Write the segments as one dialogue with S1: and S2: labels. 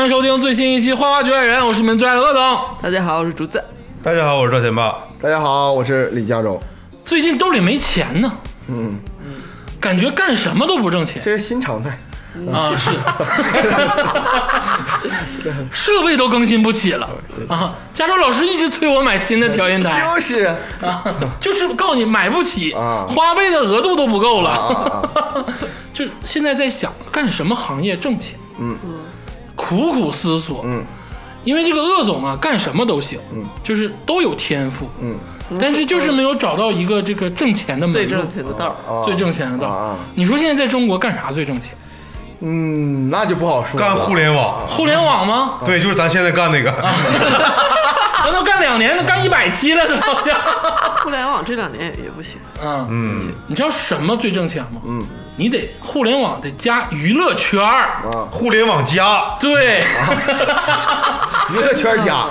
S1: 迎收听最新一期《花花局外人》，我是你们最爱的鄂总。
S2: 大家好，我是竹子。
S3: 大家好，我是赵钱霸。
S4: 大家好，我是李嘉洲。
S1: 最近兜里没钱呢，嗯，感觉干什么都不挣钱
S4: 这是新常态，
S1: 啊， 是，设备都更新不起了啊。加州老师一直催我买新的调音台，
S4: 就是啊
S1: 哎就是告诉你买不起，
S4: 啊
S1: 花呗的额度都不够了。
S4: 啊啊！
S1: 就现在在想干什么行业挣钱，
S4: 嗯，
S1: 苦苦思索，嗯，因为这个鄂总啊，干什么都行，嗯，就是都有天赋，
S4: 嗯，
S1: 但是就是没有找到一个这个挣钱的门
S2: 最
S1: 路
S2: 挣钱的道儿，
S4: 啊
S1: 最挣钱的道。
S4: 啊啊
S1: 你说现在在中国干啥最挣钱？
S4: 嗯，那就不好说了。
S3: 干互联网，
S1: 互联网吗？
S3: 对，就是咱现在干那个。
S1: 啊咱都干两年了，干一百期了，都好 像。
S2: 互联网这两年也也不行，
S1: 嗯，
S3: 嗯，
S1: 你知道什么最挣钱吗？嗯，你得互联网得加娱乐圈儿。
S4: 啊，
S3: 互联网加，
S1: 对， 啊
S4: 娱乐圈家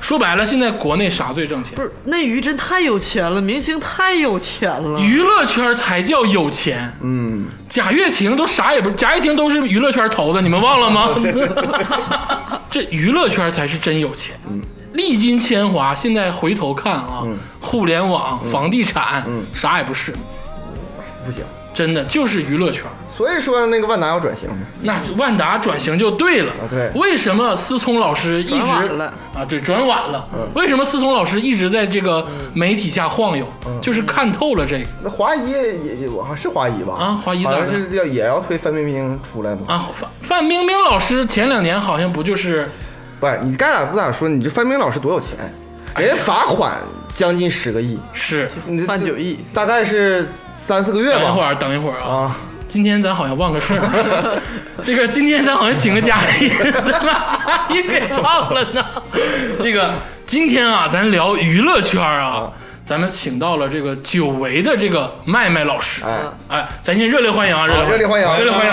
S1: 说白了，现在国内啥最挣钱
S2: 不？是内娱真太有钱了，明星太有钱了，
S1: 娱乐圈才叫有钱。嗯，贾跃亭都啥也不，贾跃亭都是娱乐圈投的，你们忘了 吗？ 这娱乐圈才是真有钱。
S2: 嗯
S1: 历经铅华，现在回头看啊，互联
S2: 嗯
S1: 网、房地产啥也不是，
S4: 不行，
S1: 真的就是娱乐圈。
S4: 所以说那个万达要转型嘛。
S1: 那万达转型就对了。
S4: 对
S1: 为什么思聪老师一
S2: 啊转晚
S1: 直
S2: 了嗯
S1: 啊，对，转晚了？为什么思聪老师一直在这个媒体下晃悠？
S2: 嗯
S1: 就是看透了这个
S4: 那华谊也也我好像是华谊吧？
S1: 啊华谊
S4: 好像
S1: 咋的
S4: 是要也要推范冰冰出来嘛？
S1: 啊。范范冰冰老师前两年好像不就是
S4: 不是，你该咋不咋说，你这范冰冰老师多有钱，
S1: 哎
S4: 人家罚款将近十个亿，
S1: 是？
S4: 你这
S2: 范
S4: 这
S2: 九亿，
S4: 大概是三四个月
S1: 等一会
S4: 吧？
S1: 儿，等一会儿啊！
S4: 啊，
S1: 今天咱好像忘个事 儿，这个今天咱好像请个嘉宾，咱把嘉宾给忘了呢。这个今天啊，咱聊娱乐圈啊，咱们请到了这个久违的这个麦麦老师。
S4: 哎，
S1: 哎，咱先热烈欢迎啊！
S4: 好
S1: 热
S4: 热烈欢迎
S1: 热烈欢迎！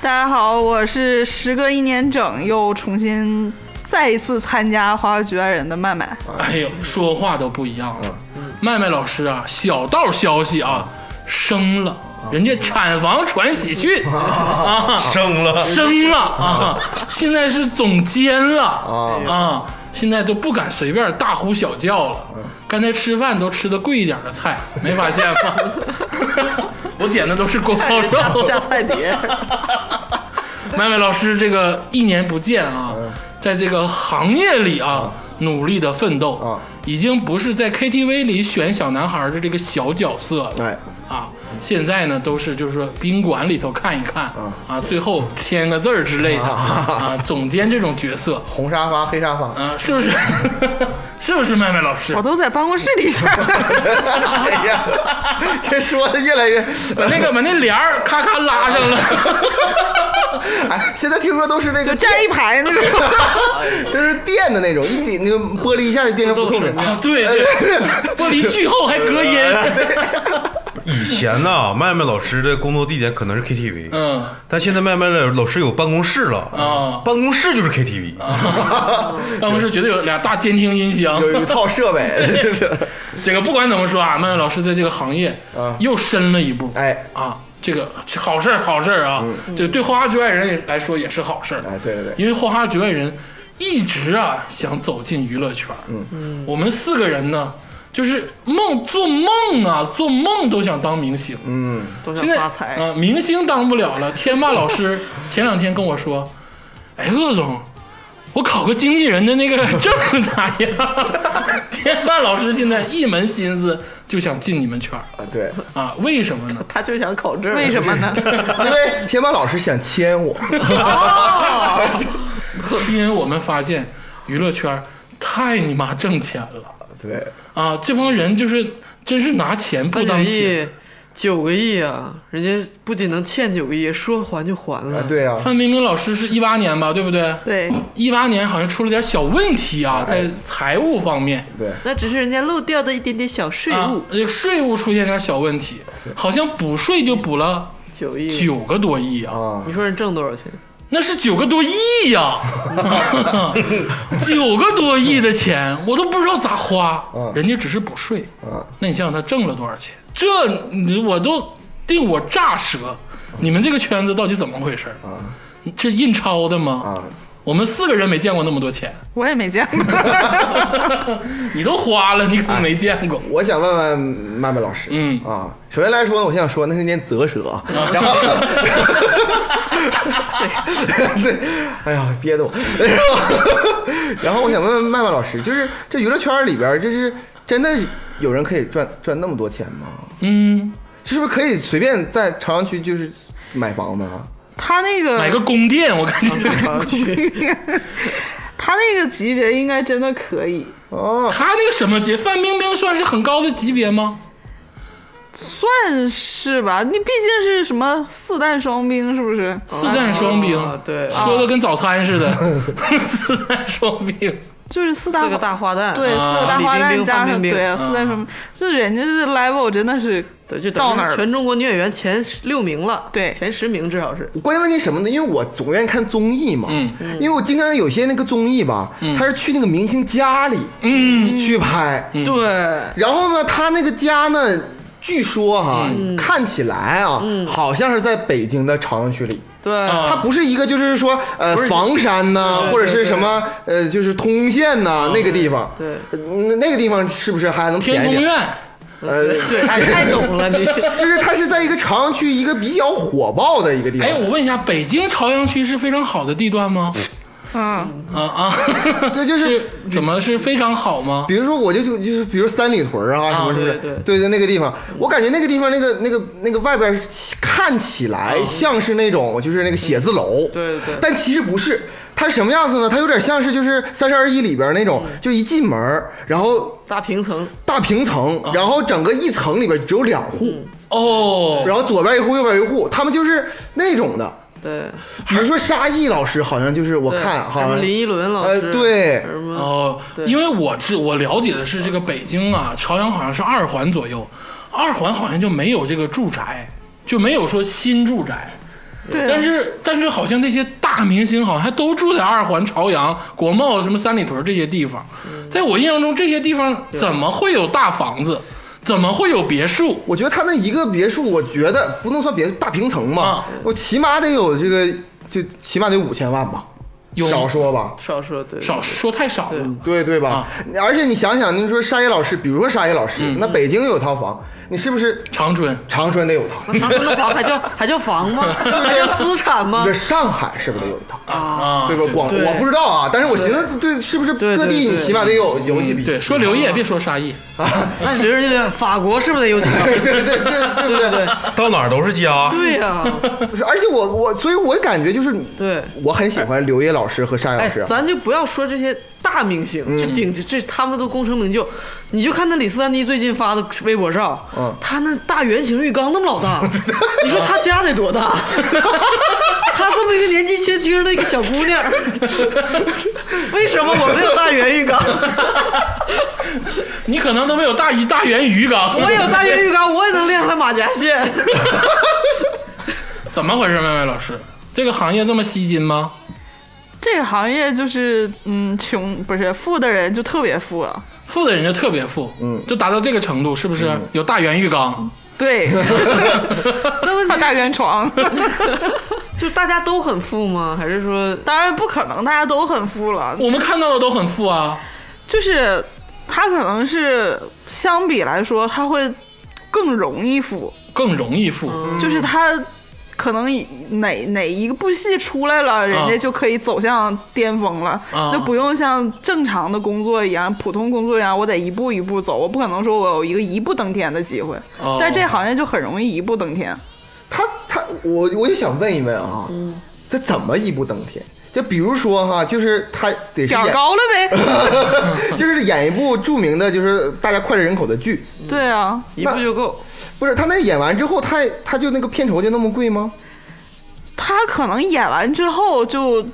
S5: 大家好，我是时隔一年整又重新再一次参加《花花局外人》的 曼曼，
S1: 哎呦，说话都不一样了。麦麦老师啊，小道消息啊，生了，人家产房传喜 讯啊，
S3: 升了，
S1: 生了啊，现在是总监了啊，现在都不敢随便大呼小叫了。刚才吃饭都吃的贵一点的菜，没发现吗？ 我点的都是锅包肉。
S2: 下下菜碟，
S1: 麦麦老师这个一年不见啊，在这个行业里啊，努力的奋斗
S4: 啊，
S1: 已经不是在 KTV 里选小男孩的这个小角色了
S4: 哎，
S1: 啊。现在呢，都是就是说宾馆里头看一看
S4: 嗯
S1: 啊，最后签个字儿之类的啊，总监这种角色
S4: 红沙发黑沙发，
S1: 啊，是不是？ 是不是麦麦老师
S5: 我？都在办公室里事 儿。
S4: 哎呀， 这说的越来越，
S1: 把那个把那帘儿咔咔拉上 了，
S4: 哎，现在听说都是那个
S5: 就站一排那种，
S4: 都是电的那种，一点那个玻璃一下就变成不透明。
S1: 啊，对对， 玻璃巨厚还隔音，
S3: 以前呐，麦麦老师的工作地点可能是 KTV，
S1: 嗯。
S3: 但现在麦麦老师有办公室
S1: 啊
S3: 了，办公室就是 KTV。
S1: 办公室绝对有俩大监听音箱。
S4: 有一套设备，
S1: 这个不管怎么说啊，曼曼老师在这个行业
S4: 啊
S1: 又深了一步。
S4: 哎
S1: 啊，这个好事儿，好事儿啊！这对花花局外人也来说也是好事儿。
S4: 嗯哎，对对对，
S1: 因为花花局外人一直啊想走进娱乐圈。嗯嗯，我们四个人呢，就是梦做梦啊，做梦都想当明星。
S4: 嗯，
S2: 都想
S1: 现在
S2: 发
S1: 啊、
S2: 财，
S1: 明星当不了了。天霸老 师前两天跟我说：“哎，鄂总，我考个经纪人的那个证儿咋样？” 天霸老师现在一门心思就想进你们圈儿
S4: 啊对，
S1: 啊，为什么呢？
S2: 他就想考证，
S5: 为什么？ 呢？
S4: 因为天霸老师想签我，
S1: 是因为我们发现娱乐圈儿太你妈挣钱了
S4: 对，
S1: 啊！这帮人就是真是拿钱不
S2: 范
S1: 当
S2: 九
S1: 钱。
S2: 亿，九个亿啊！人家不仅能欠九个亿，说还就还
S4: 啊
S2: 了。
S4: 对啊，
S1: 范冰冰老师是一八年吧，对不对？
S5: 对，
S1: 一八年好像出了点小问题啊，在财务方面。
S4: 对，
S2: 那只是人家漏掉的一点点小税
S1: 啊
S2: 务，，
S1: 这个税务出现点小问题，好像补税就补了
S2: 九亿。
S1: 九个多亿啊，
S4: 啊
S2: 你，说人挣多少钱？
S1: 那是九个多亿 呀、九个多亿的钱我都不知道咋花，
S4: 嗯
S1: 人家只是补税，
S4: 啊，
S1: 那你想想他挣了多少钱？这你我都令我咋舌，你们这个圈子到底怎么回事儿？是印钞的吗？
S4: 啊，
S1: 我们四个人没见过那么多钱，
S5: 我也没见过。
S1: 你都花了，你可能没见过。
S4: 我想问问麦麦老师，
S1: 嗯
S4: 啊，首先来说，我想说那是念啧舌，啊 然后，对，哎呀，憋得我， 然后，然后我想问问麦麦老师，就是这娱乐圈里边，就是真的有人可以赚赚那么多钱吗？
S1: 嗯，
S4: 是不是可以随便在朝阳区就是买房子啊？
S5: 他那
S1: 买个
S5: 个
S1: 宫殿，我感觉
S2: 朝 去，
S5: 他那个级别应该真的可以，
S4: 哦，
S1: 他那个什么级，范冰冰算是很高的级别吗？
S5: 算是吧。你毕竟是什么四弹双兵，是不是？嗯
S1: 四弹双兵，
S2: 啊对
S1: 说的跟早餐似的， 四弹双兵，
S5: 就是四大
S2: 四个大花嗯旦，
S5: 对，四个大花
S2: 啊李冰
S5: 旦
S2: 冰
S5: 加
S2: 范
S5: 上
S2: 冰嗯冰
S5: 对啊，四弹双兵，就是人家这 level 真的是
S2: 对，就
S5: 到
S2: 等
S5: 那
S2: 于是
S5: 儿了。
S2: 全中国女演员前六名了，
S5: 对
S2: 前十名至少是。
S4: 关键问题是什么呢？因为我总愿意看综艺嘛，
S1: 嗯
S4: 因为我经常有些那个综艺吧，他是去那个明星家里，
S1: 嗯，
S4: 去拍，
S2: 对，
S4: 然后呢，他那个家呢，据说哈，
S2: 嗯
S4: 看起来啊，好像是在北京的朝阳区里。
S2: 对，
S1: 啊
S4: 嗯它不是一个，就是说，呃
S2: 不，是
S4: 房山呐、
S2: 对
S4: 或者是
S2: 对哦
S4: 什么，呃，就是通县呐、那个地方，
S2: 对
S4: 呃那那个地方是不是还能
S1: 天
S4: 便宜
S1: 宫
S4: 点？
S1: 院，
S4: 呃，
S2: 对，哎，太懂了你。
S4: 就是它是在一个朝阳区一个比较火爆的一个地方。
S1: 哎，我问一下，北京朝阳区是非常好的地段吗？
S5: 嗯，
S1: 啊 啊，
S4: 对就是
S1: 是怎么是非常好吗？
S4: 比如说，我就就就是，比如三里屯啊，什么什么的，
S2: 对对
S4: 对那个地方，我感觉那个地方那个那个那个外边看起来像是那种就是那个写字楼，
S2: 啊对对对
S4: 但其实不是，它是什么样子呢？它有点像是就是三十二一里边那种，
S2: 嗯
S4: 就一进门儿然后
S2: 大平层，
S4: 大平层，
S2: 啊
S4: 然后整个一层里边只有两户，
S2: 嗯
S1: 哦，
S4: 然后左边一户，右边一户，他们就是那种的。
S2: 对，
S4: 比如说沙溢老师，好像就是我
S2: 对
S4: 看好
S2: 什么
S4: 像
S2: 林依轮老
S4: 呃
S2: 师，
S4: 对
S2: 什么
S1: 哦，
S2: 对
S1: 因为我知我了解的是这个北京啊，朝阳好像是二环左右，二环好像就没有这个住宅，就没有说新住宅。
S5: 对啊。
S1: 但是但是好像这些大明星好像还都住在二环、朝阳、国贸、什么三里屯这些地方，
S2: 嗯
S1: 在我印象中这些地方怎么会有大房子，怎么会有别墅？
S4: 我觉得他那一个别墅，我觉得不能算别墅，大平层嘛，
S1: 啊
S4: 我起码得有这个，就起码得五千万吧，
S1: 有
S4: 少说吧，
S2: 少说对，
S1: 少说太少了
S2: 对。
S4: 对对吧？
S1: 啊
S4: 而且你想想，你说沙溢老师，比如说沙溢老师，
S2: 嗯
S4: 那北京有套房，你是不是
S1: 长春
S4: 长春得有 套？
S2: 长春的房还叫还叫房 吗？还叫资产吗
S4: 你这？上海是不是得有一套？
S1: 啊，
S4: 对吧？广
S2: 对
S4: 我不知道啊，但是我寻思，对，是不是
S2: 对对
S4: 各地
S2: 对嗯
S4: 你起码得有有几笔？
S1: 对，说刘烨别说沙溢，
S2: 那只是这个法国是不是得有几 套？
S4: 对对对对对
S2: 对
S4: 对
S2: 对
S3: 到哪儿都是家。
S2: 对呀，
S4: 对，而且我我，所以我感觉就是，
S2: 对。
S4: 我很喜欢刘烨老师和沙溢
S2: 哎
S4: 老师，，啊
S2: 咱就不要说这些大明星，这顶这他们都功成名就，你就看那李斯丹妮最近发的微博照，
S4: 嗯
S2: 他那大圆形浴缸那么老大，你说他家得多大？ 他这么一个年纪轻轻的一个小姑娘，为什么我没有大圆浴缸？
S1: 你可能都没有大鱼大圆鱼缸，
S2: 我有大圆浴缸，我也能练出来马甲线。
S1: 怎么回事？麦麦老师，这个行业这么吸金吗？
S5: 这个行业就是，嗯，穷不是富的人就特别富啊。
S1: 富的人就特别富，嗯，就达到这个程度，是不是？有大圆浴缸，
S5: 对，
S2: 那问题
S5: 他大圆床，
S2: 就大家都很富吗？还是说
S5: 当然不可能，大家都很富了。
S1: 我们看到的都很富啊，
S5: 就是他可能是相比来说，他会更容易富，
S1: 更容易富。
S5: 就是他可能以哪哪一个部戏出来了，人家就可以走向巅峰了，
S1: 啊
S5: 就不用像正常的工作一样，普通工作一样，我得一步一步走，我不可能说我有一个一步登天的机会，
S1: 哦
S5: 但这行业就很容易一步登天。
S4: 他他我我就想问一问啊，这怎么一步登天？就比如说哈，就是他得是
S5: 点儿
S4: 演，
S5: 高了 呗，
S4: 就是演一部著名的，就是大家脍炙人口的剧，
S5: 对啊，
S2: 一步就够？
S4: 不是他那演完之后，他他就那个片酬就那么贵吗？
S5: 他可能演完之后就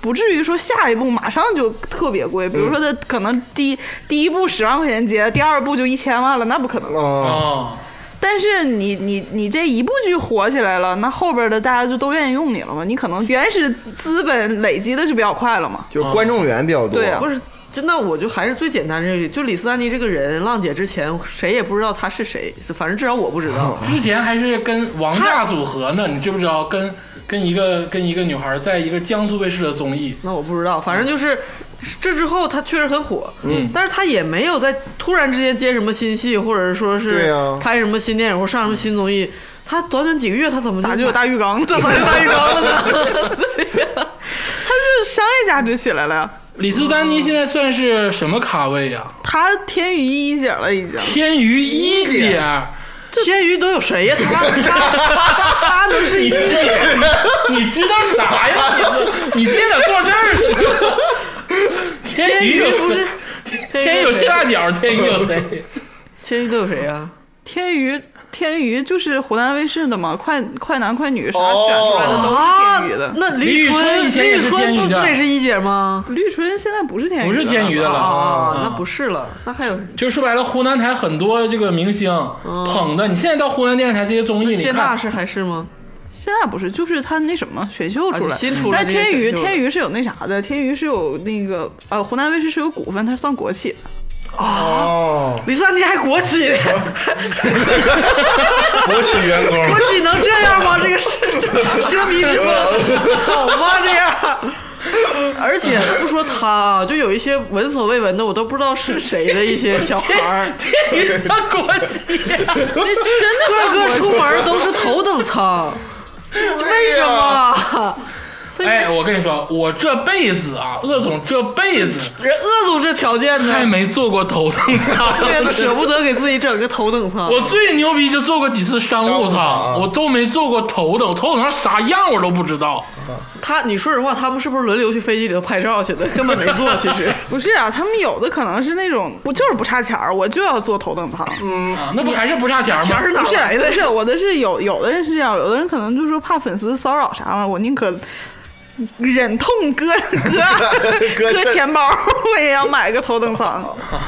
S5: 不至于说下一部马上就特别贵，比如说他可能第第一部十万块钱接，第二部就一千万了，那不可能。
S4: 啊、
S1: 哦，
S5: 但是你你你这一部剧火起来了，那后边的大家就都愿意用你了嘛？你可能原始资本累积的是比较快了嘛？
S4: 就是观众缘比较多。
S5: 对啊
S2: 不是，就那我就还是最简单这个，就李斯丹妮这个人，浪姐之前谁也不知道她
S1: 嗯
S2: 是谁，反正至少我不知道。
S1: 之前还是跟王炸组合呢，你知不知道？跟跟一个跟一个女孩在一个江苏卫视的综艺，
S2: 那我不知道，反正就是这之后他确实很火，
S1: 嗯
S2: 但是他也没有在突然之间接什么新戏，或者说
S4: 对
S2: 是
S4: 呀
S2: 拍什么新电影或上什么新综艺，他短短几个月他怎么
S5: 咋就
S2: 就
S5: 有大浴缸？这
S2: 咋就大浴缸了呢？
S5: 它这商业价值起来了呀！
S1: 李斯丹妮现在算是什么咖位呀、
S5: 他天娱一姐了，已经。
S1: 天娱一
S4: 一
S1: 姐，
S2: 天娱都有谁呀？ 他他他能是一姐？
S1: 你知道啥 呀？你这你这咋坐这 儿呢？天娱有
S2: 不是
S1: 谁？嗯天娱有谢大脚，天娱有谁？
S2: 天娱都有谁啊呀？
S5: 天娱，天娱就是湖南卫视的嘛，快快男快女啥
S4: 哦
S5: 选出来的都是天娱的。
S2: 啊那
S1: 李
S2: 李
S1: 宇
S2: 宇
S1: 春
S2: 春，
S1: 以前
S2: 李
S1: 也
S2: 宇
S1: 是
S2: 春
S1: 天娱
S2: 不
S1: 的
S2: 不也是一姐吗？
S5: 李宇春现在不是天娱，
S1: 不是天娱的。
S2: 啊
S1: 了，，
S5: 嗯
S2: 那不是了，那还有
S1: 就说白了，湖南台很多这个明星捧的，你现在到湖南电视台这些综艺，你
S2: 嗯谢娜
S1: 看
S2: 是还是吗？
S5: 现在不是，就是他那什么选秀出
S2: 啊
S5: 来，
S2: 就新出来
S5: 但
S2: 这些
S5: 天娱，
S2: 选秀的
S5: 天娱是有那啥的，天娱是有那个呃，湖南卫视是有股份，它算国企。
S4: 哦，
S2: 李三妮还国企呢，
S3: 国企员工
S2: 国企能这样吗？这个是奢靡之风，好吗？这样。而且不说他啊，就有一些闻所未闻的，我都不知道是谁的一些小孩 儿，
S1: 天娱上国啊企，
S2: 个个出门都是头等舱，
S5: 哎
S2: 为什么？
S1: 哎，我跟你说，我这辈子啊，鄂总这辈子
S2: 人鄂总这条件呢
S1: 还，没坐过头等舱，
S2: 对呀，舍不得给自己整个头等 舱。
S1: 我最牛逼就坐过几次商务
S4: 商务舱啊
S1: 舱，我都没坐过头等，头等舱啥样我都不知道。
S2: 他，你说实话，他们是不是轮流去飞机里头拍照去的？根本没坐，其实。
S5: 不是啊，他们有的可能是那种，我就是不差钱儿，我就要坐头等舱。
S1: 啊，那不还是不差钱吗？
S2: 嗯钱儿哪
S5: 不是，
S2: 来
S5: 不
S2: 的？
S5: 是，我的是有有的人是这样，有的人可能就说怕粉丝骚扰啥玩意儿，我宁可忍痛割 割
S4: 割
S5: 割钱包，我也要买个头等舱。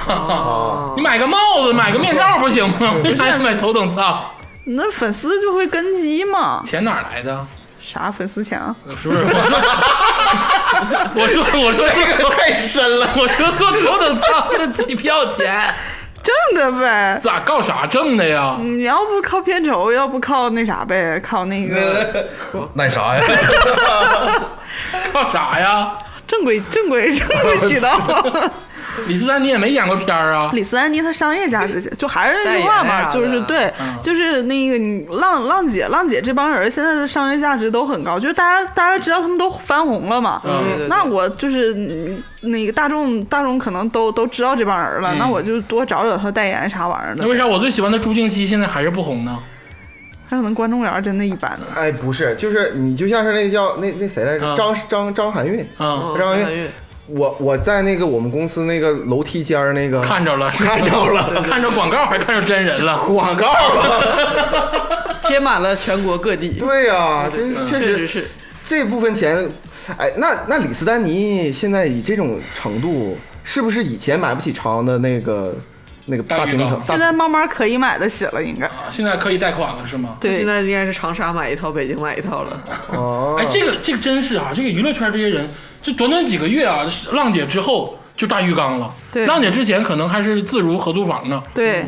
S2: 啊
S1: 你买个帽子，买个面罩不行吗？为啥要买头等舱？
S5: 那粉丝就会跟机嘛？
S1: 钱哪儿来的？
S5: 啥粉丝钱啊？
S1: 是不是？我说， 我说，我说
S4: 这个
S1: 坐，
S4: 太深了。
S1: 我说坐头等舱的机票钱
S5: 挣的呗。
S1: 咋搞啥挣的呀？
S5: 你嗯要不靠片酬，要不靠那啥呗，靠那个
S3: 那 啥呀？
S1: 啊搞啥呀？
S5: 正规正规正规渠道。
S1: 李斯丹，你也没演过片儿啊？
S5: 李斯丹妮她商业价值就还是那句话嘛，就是对，就是那个你浪浪姐浪姐这帮人现在的商业价值都很高，就是大家大家知道他们都翻红了嘛。
S1: 嗯
S2: 对对对
S5: 那我就是嗯那个大众大众可能都都知道这帮人了，
S1: 嗯
S5: 那我就多找找他代言啥玩意儿的
S1: 那。为啥我最喜欢的朱婧汐现在还是不红呢？
S5: 他可能观众缘真的一般。
S4: 哎，不是，就是你就像是那叫那那谁来着？
S1: 嗯
S4: 张张张含韵。
S1: 嗯，
S4: 张
S2: 哎
S4: 含韵，我我在那个我们公司那个楼梯间儿那个
S1: 看着了，是吧
S4: 看着了，
S1: 看着广告还看着真人了。
S4: 广告了。
S2: 贴满了全国各地。
S4: 对呀、这
S2: 确
S4: 确
S2: 实
S4: 实
S2: 是，
S4: 这部分钱，哎，那那李斯丹妮现在以这种程度，是不是以前买不起长的那个那个
S1: 大
S4: 大
S1: 浴
S4: 平
S1: 缸
S4: 层？
S5: 现
S4: 大
S5: 在慢慢可以买得起了，应该。
S1: 现在可以贷款了是吗？
S5: 对，
S2: 现在应该是长沙买一套，北京买一套了。
S4: 哦
S1: 哎，这个这个真是啊，这个娱乐圈这些人，这短短几个月啊，是浪姐之后就大浴缸了。
S5: 对
S1: 浪姐之前可能还是自如合租房呢，啊
S5: 对，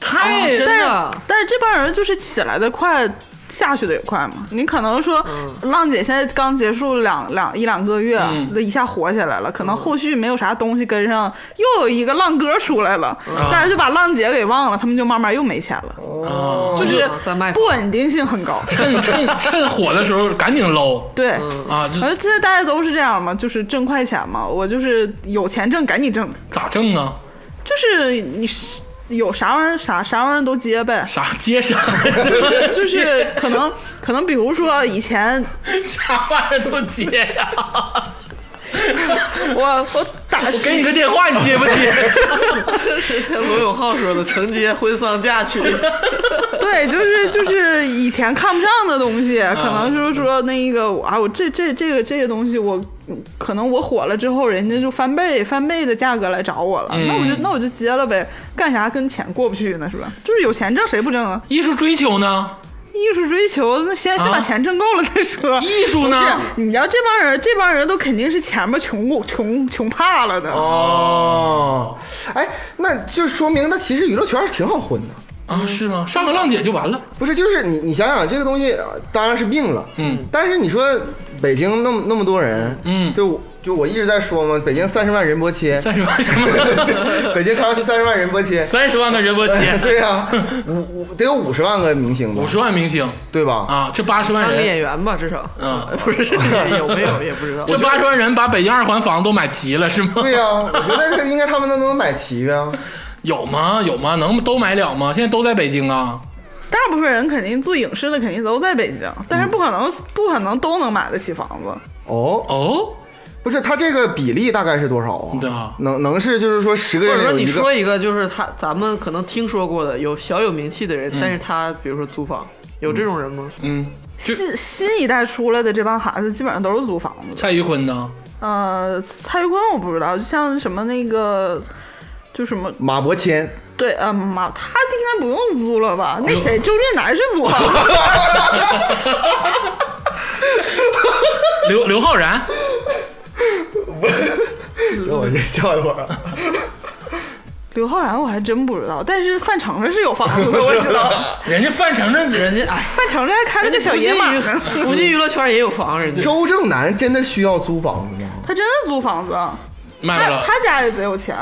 S1: 太、
S2: 真
S5: 但是
S2: 的
S5: 但是这帮人就是起来的快，下去的也快嘛。你可能说，浪姐现在刚结束两两一两个月，
S1: 嗯
S5: 就一下火起来了，可能后续没有啥东西跟上，又有一个浪哥出来了，大家就把浪姐给忘了，他们就慢慢又没钱了，
S1: 啊，就
S5: 就是是
S2: 在卖
S5: 不稳定性很高。
S1: 趁趁趁火的时候赶紧搂
S5: 对，
S1: 啊！这
S4: 哎
S5: 而现在大家都是这样嘛，就是挣快钱嘛，我就是有钱挣赶紧挣，
S1: 咋挣啊？
S5: 就是你是有啥玩意儿啥啥玩意儿都接呗。
S1: 啥接啥？
S5: 就是可能可能比如说以前
S1: 啥玩意儿都接呀、
S5: 我我 打
S1: 我给你个电话，你接不接？
S2: 像 罗永浩说的，承接婚丧嫁娶，
S5: 对，就是就是以前看不上的东西，
S1: 嗯
S5: 可能就是说那个我啊，我这这这个这个东西我。可能我火了之后，人家就翻倍翻倍的价格来找我了，那我就
S1: 嗯
S5: 那我就接了呗，干啥跟钱过不去呢？是吧？就是有钱挣谁不挣啊？
S1: 艺术追求呢？
S5: 艺术追求，那先先
S1: 啊
S5: 把钱挣够了再说。
S1: 艺术
S5: 不是
S1: 呢？，
S5: 你要这帮人，这帮人都肯定是前面穷过穷穷怕
S1: 哦
S5: 了的。
S4: 哦哦，哎，那就说明那其实娱乐圈是挺好混的。
S1: 啊，是吗？上个浪姐就完了，
S4: 不是，就是你你想想这个东西，呃当然是病了，
S1: 嗯，
S4: 但是你说北京那么那么多人，
S1: 嗯
S4: 就我就我一直在说嘛，北京三十万人波切，
S1: 三十万什么？，
S4: 北京朝阳区三十万人波 切
S1: 三十万个人波切，
S4: 对呀、五五得有五十万个明星吧
S1: 五，十万明星
S4: 对吧？
S1: 啊，这八十
S2: 当
S1: 万
S2: 个
S1: 人
S2: 演员吧，至少
S1: 嗯，
S2: 不是有没有也不知道。
S1: 这八十万人把北京二环房都买齐了是吗？
S4: 对呀、我觉得这应该他们都能买齐呗。
S1: 有吗？有吗？能都买了吗？现在都在北京啊。
S5: 大部分人肯定做影视的肯定都在北京，但是不可能、不可能都能买得起房子。
S4: 哦，
S1: 哦，
S4: 不是，他这个比例大概是多少啊？
S1: 对啊
S4: 能能是就是说十个
S2: 或者
S4: 人
S2: 说
S4: 有
S2: 你
S4: 一个
S2: 说一个，就是他咱们可能听说过的有小有名气的人，但是他比如说租房，有这种人吗？
S1: 嗯，就
S5: 新新一代出来的这帮孩子基本上都是租房子的。
S1: 蔡徐坤呢？
S5: 呃，蔡徐坤我不知道，就像什么那个，就什么
S4: 马伯骞，
S5: 对，呃，妈，他应该不用租了吧？
S2: 哎
S5: 那谁，周震南是租了。
S1: 刘刘昊然，
S4: 让我先笑一会儿啊。
S5: 刘昊然我还真不知道，但是范丞丞是有房 子的，我知道。
S1: 人家范丞丞人家哎，
S5: 范丞丞还开了个小野马
S2: 人
S5: 呢
S2: 家，不进娱，不进娱乐圈也有房，人家
S4: 周正南真的需要租房子吗？
S5: 他真的租房子，
S1: 卖
S5: 他
S1: 了。
S5: 他家也贼有钱。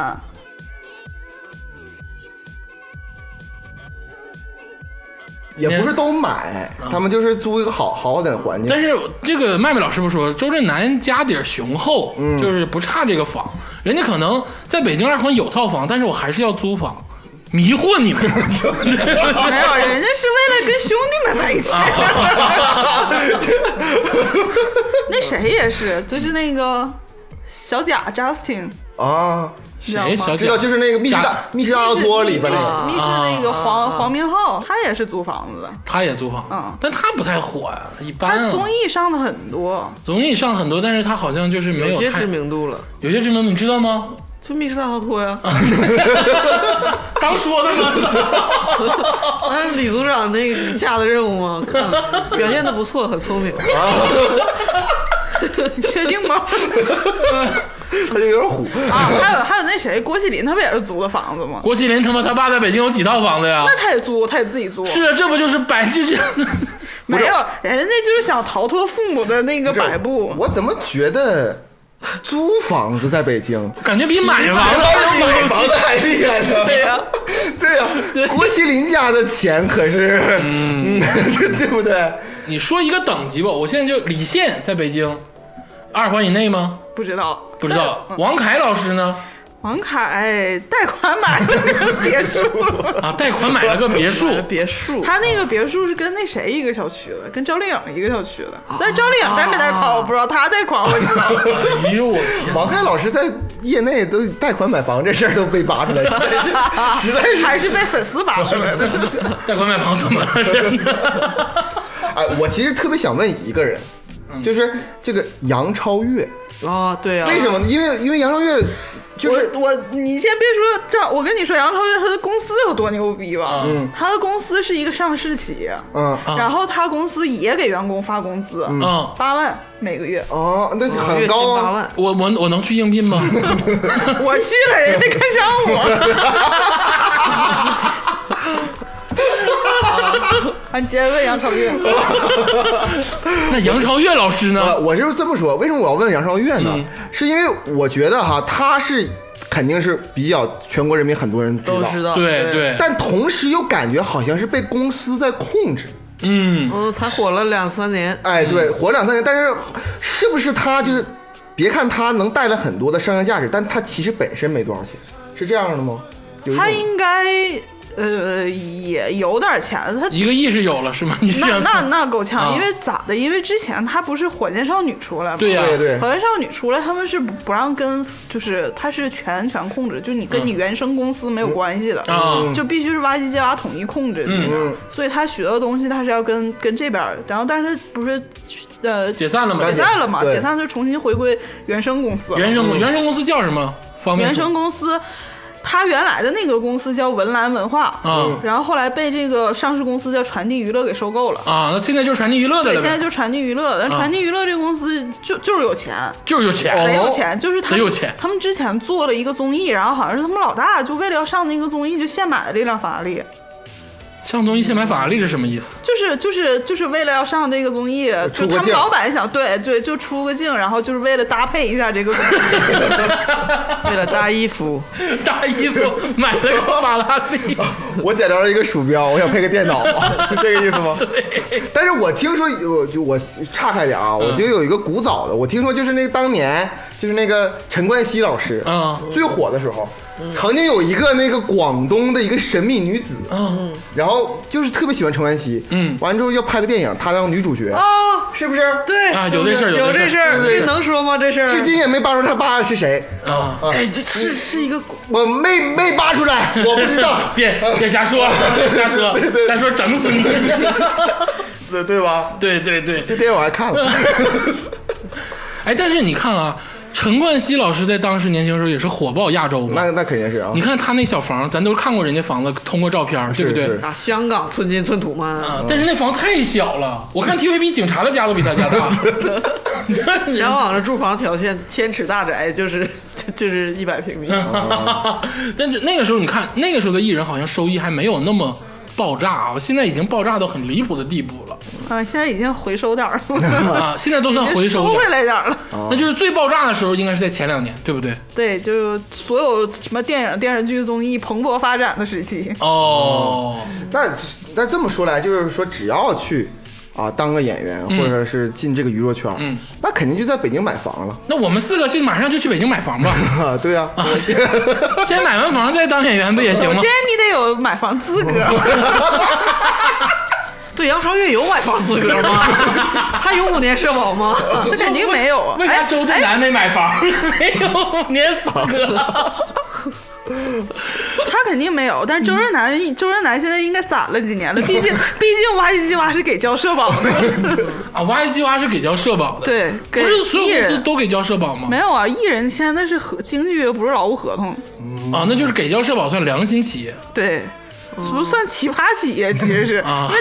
S4: 也不是都买，
S2: 啊
S4: 他们就是租一个好好点的环境。
S1: 但是这个麦麦老师不说，周震南家底儿雄厚，就是不差这个房。人家可能在北京二环有套房，但是我还是要租房，迷惑你们。
S5: 没有，人家是为了跟兄弟们在 一起。那谁也是，就是那个小贾 Justin，
S4: 啊，
S1: 谁小
S4: 知道
S1: 贾？
S4: 就是那个密室大密室大逃脱里边那个，
S5: 密室那个
S2: 啊
S5: 黄黄明昊，他也是租房子的。
S1: 他也租房，
S5: 嗯
S1: 但他不太火呀、一般、
S5: 他
S1: 啊。
S5: 综艺上的很
S2: 啊
S5: 多，
S1: 综艺上很多，但是他好像就是没有
S2: 些
S1: 太
S2: 知名度了，
S1: 有些知名，你知道吗？
S2: 就密室大逃脱呀。
S1: 刚说的吗？
S2: 但是李组长那个下的任务吗？看 表现的不错，很聪明。
S5: 你确定 吗？
S4: 他就有点虎。
S5: 啊，还有还有那谁，郭麒麟他不也是租的房子吗？
S1: 郭麒麟他妈他爸在北京有几套房子呀？
S5: 那他也租，他也自己租，
S1: 是啊，这不就是白就是
S5: 没有人家就是想逃脱父母的那个摆布。
S4: 我怎么觉得租房子在北京，
S1: 感觉比买房
S4: 比
S1: 子
S4: 买房子还厉害呢？
S5: 对呀、
S4: 对呀、郭麒麟家的钱可是，嗯， 对不对？
S1: 你说一个等级吧，我现在就李现在北京，二环以内吗？
S5: 不知道
S1: 不知道。
S5: 嗯
S1: 王凯老师呢？
S5: 王凯贷款买了个别墅，
S1: 啊，贷款买了个别墅，
S2: 别墅，
S5: 他那个别墅是跟那谁一个小区的，跟赵丽颖一个小区的。但是赵丽颖贷没贷款我不知道，他贷款我知道。
S1: 哎呦我天！
S4: 王凯老师在业内都贷款买房这事儿都被扒出来，实在是，实在
S5: 还
S4: 是。
S5: 是被粉丝扒出来的，
S1: 贷款买房怎么了？真 的？
S4: 哎，我其实特别想问一个人，就是这个杨超越，
S2: 啊，对呀、啊，
S4: 为什么呢？因为因为杨超越就是
S5: 我我你先别说这，我跟你说，杨超越他的公司有多牛逼吧？
S1: 嗯
S5: 他的公司是一个上市企业，
S4: 嗯。
S1: 啊
S5: 然后他公司也给员工发工资，
S1: 嗯，
S5: 八万每个月
S4: 哦，那很
S2: 月薪
S4: 高
S2: 八
S4: 啊。
S2: 万，
S1: 我我我能去应聘 吗？
S5: 我去了，人没看上我。啊，你接着问杨超越，
S1: 那杨超越老师
S4: 我
S1: 呢？
S4: 呃我就是这么说，为什么我要问杨超越呢？是因为我觉得哈，他是肯定是比较全国人民很多人知
S2: 都
S4: 道，
S2: 知道。
S1: 对，对，
S4: 但同时又感觉好像是被公司在控制。
S1: 嗯，
S2: 嗯，才火了两三年，
S4: 哎，对，活两三年，但是是不是他就是？别看他能带来很多的商业价值，但他其实本身没多少钱，是这样的吗？有一种
S5: 他应该呃也有点钱，他
S1: 一个亿是有了是吗？你是
S5: 那那那够
S1: 啊
S5: 呛，因为咋的？因为之前他不是火箭少女出来吗？
S1: 对呀
S4: 对对
S5: 火箭少女出来，他们是不不让跟，就是他是全权控制，就你跟你原生公司没有关系的，
S1: 嗯啊
S5: 就必须是挖机接娃统一控制的那种。
S4: 嗯
S5: 所以他学的东西他是要跟跟这边儿，然后但是他不是呃
S1: 解散了吗
S5: 解？散了嘛？
S4: 对
S5: 解散就重新回归原生公司了。
S1: 原生原生公司叫什么？方便
S5: 原
S1: 说
S5: 生公司，他原来的那个公司叫文澜文化，
S1: 啊
S5: 然后后来被这个上市公司叫传递娱乐给收购了。
S1: 啊，那现在就是传递娱乐的
S5: 对，
S1: 了
S5: 现在
S1: 呗，
S5: 就传递娱乐，但传递娱乐这个公司就就是有钱，
S1: 就是有钱。
S4: 哦
S5: 贼有钱，就是他
S1: 哎贼
S5: 们
S1: 有钱
S5: 他们之前做了一个综艺，然后好像是他们老大就为了要上那个综艺，就现买了一辆法拉利，
S1: 上综艺先买法拉利是什么意思？
S5: 就是就是就是为了要上这个综艺，
S4: 出
S5: 就
S4: 个
S5: 他们
S4: 镜
S5: 老板想对对，就出个镜，然后就是为了搭配一下这个综艺。
S2: 为了搭衣服，
S1: 大衣服 买了个法拉利，
S4: 我捡着了一个鼠标，我想配个电 脑，是这个意思吗？对。但是我听说，我就我岔开点啊，
S1: 嗯
S4: 我就有一个古早的，我听说就是那个当年就是那个陈冠希老师，
S1: 嗯
S4: 最火的时候，曾经有一个那个广东的一个神秘女子，
S1: 嗯，
S4: 然后就是特别喜欢陈冠希，
S1: 嗯哦
S4: 完之后要拍个电影，她当女主角，
S2: 啊，
S4: 是不是？
S2: 对
S1: 啊有这事儿
S2: 有
S1: 有这
S2: 这事
S1: 事
S2: 儿，
S4: 对对
S2: 这能说吗？这事儿
S4: 至今也没扒出她爸是谁，
S1: 啊，，
S4: 哦
S2: 哎，这是是一个
S4: 我没没扒出来，我不知道 哦
S1: 别别瞎说，瞎说，瞎说，整 死你！
S4: 对呃对吧？
S1: 对对对，
S4: 这电影我还看过，
S1: 哎，但是你看啊，陈冠希老师在当时年轻时候也是火爆亚洲嘛。
S4: 那那肯定是啊
S1: 你。看他那小房，咱都看过人家房子，通过照片儿，对不对？
S4: 是嗯
S2: 啊，香港寸金寸土嘛。
S1: 啊，但是那房太小了，我看 TVB 警察的家都比他家 大。你看你
S2: 然后网上住房条件千尺大宅，就是 就是一百平米。
S1: 但是那个时候，你看那个时候的艺人好像收益还没有那么爆炸啊，现在已经爆炸到很离谱的地步了
S5: 啊，现在已经回收点儿了，
S1: 啊！ 现在都算回收
S5: 收回
S1: 的，
S5: 来点儿了。
S1: 那就是最爆炸的时候应该是在前两年，对不对？
S5: 对，就所有什么电影、电视剧、综艺蓬勃发展的时期。
S1: 哦，
S4: 那那这么说来，就是说只要去啊当个演员，或者是进这个娱乐圈，
S1: 嗯，
S4: 那肯定就在北京买房了
S1: 那我们四个现在马上就去北京买房 吧，
S4: 啊。 对呀、啊，
S1: 先买完房再当演员不也行
S5: 首
S1: 吗
S5: 先？你得有买房资 格，
S2: 对，杨超越有买房资格吗？
S5: 哎
S2: 他有五年社保吗？
S5: 这肯定没有啊。
S1: 为啥周震南没买房？没有年资格。
S5: 他肯定没有，但是周震南，
S1: 嗯
S5: 周震南现在应该攒了几年了， 毕竟毕竟挖机挖是给交社保的，
S1: 啊，Y 计划是给交社保的，，
S5: 对，
S1: 不
S5: 给
S1: 是所
S5: 艺
S1: 有公司
S5: 人
S1: 都给交社保吗
S5: 没？有啊，艺人签的是合经纪约，不是劳务合同，
S1: 啊，那就是给交社保算良心企业
S5: 对。不算奇葩企业，其实是因为大
S1: 哦 啊
S5: 家、大家、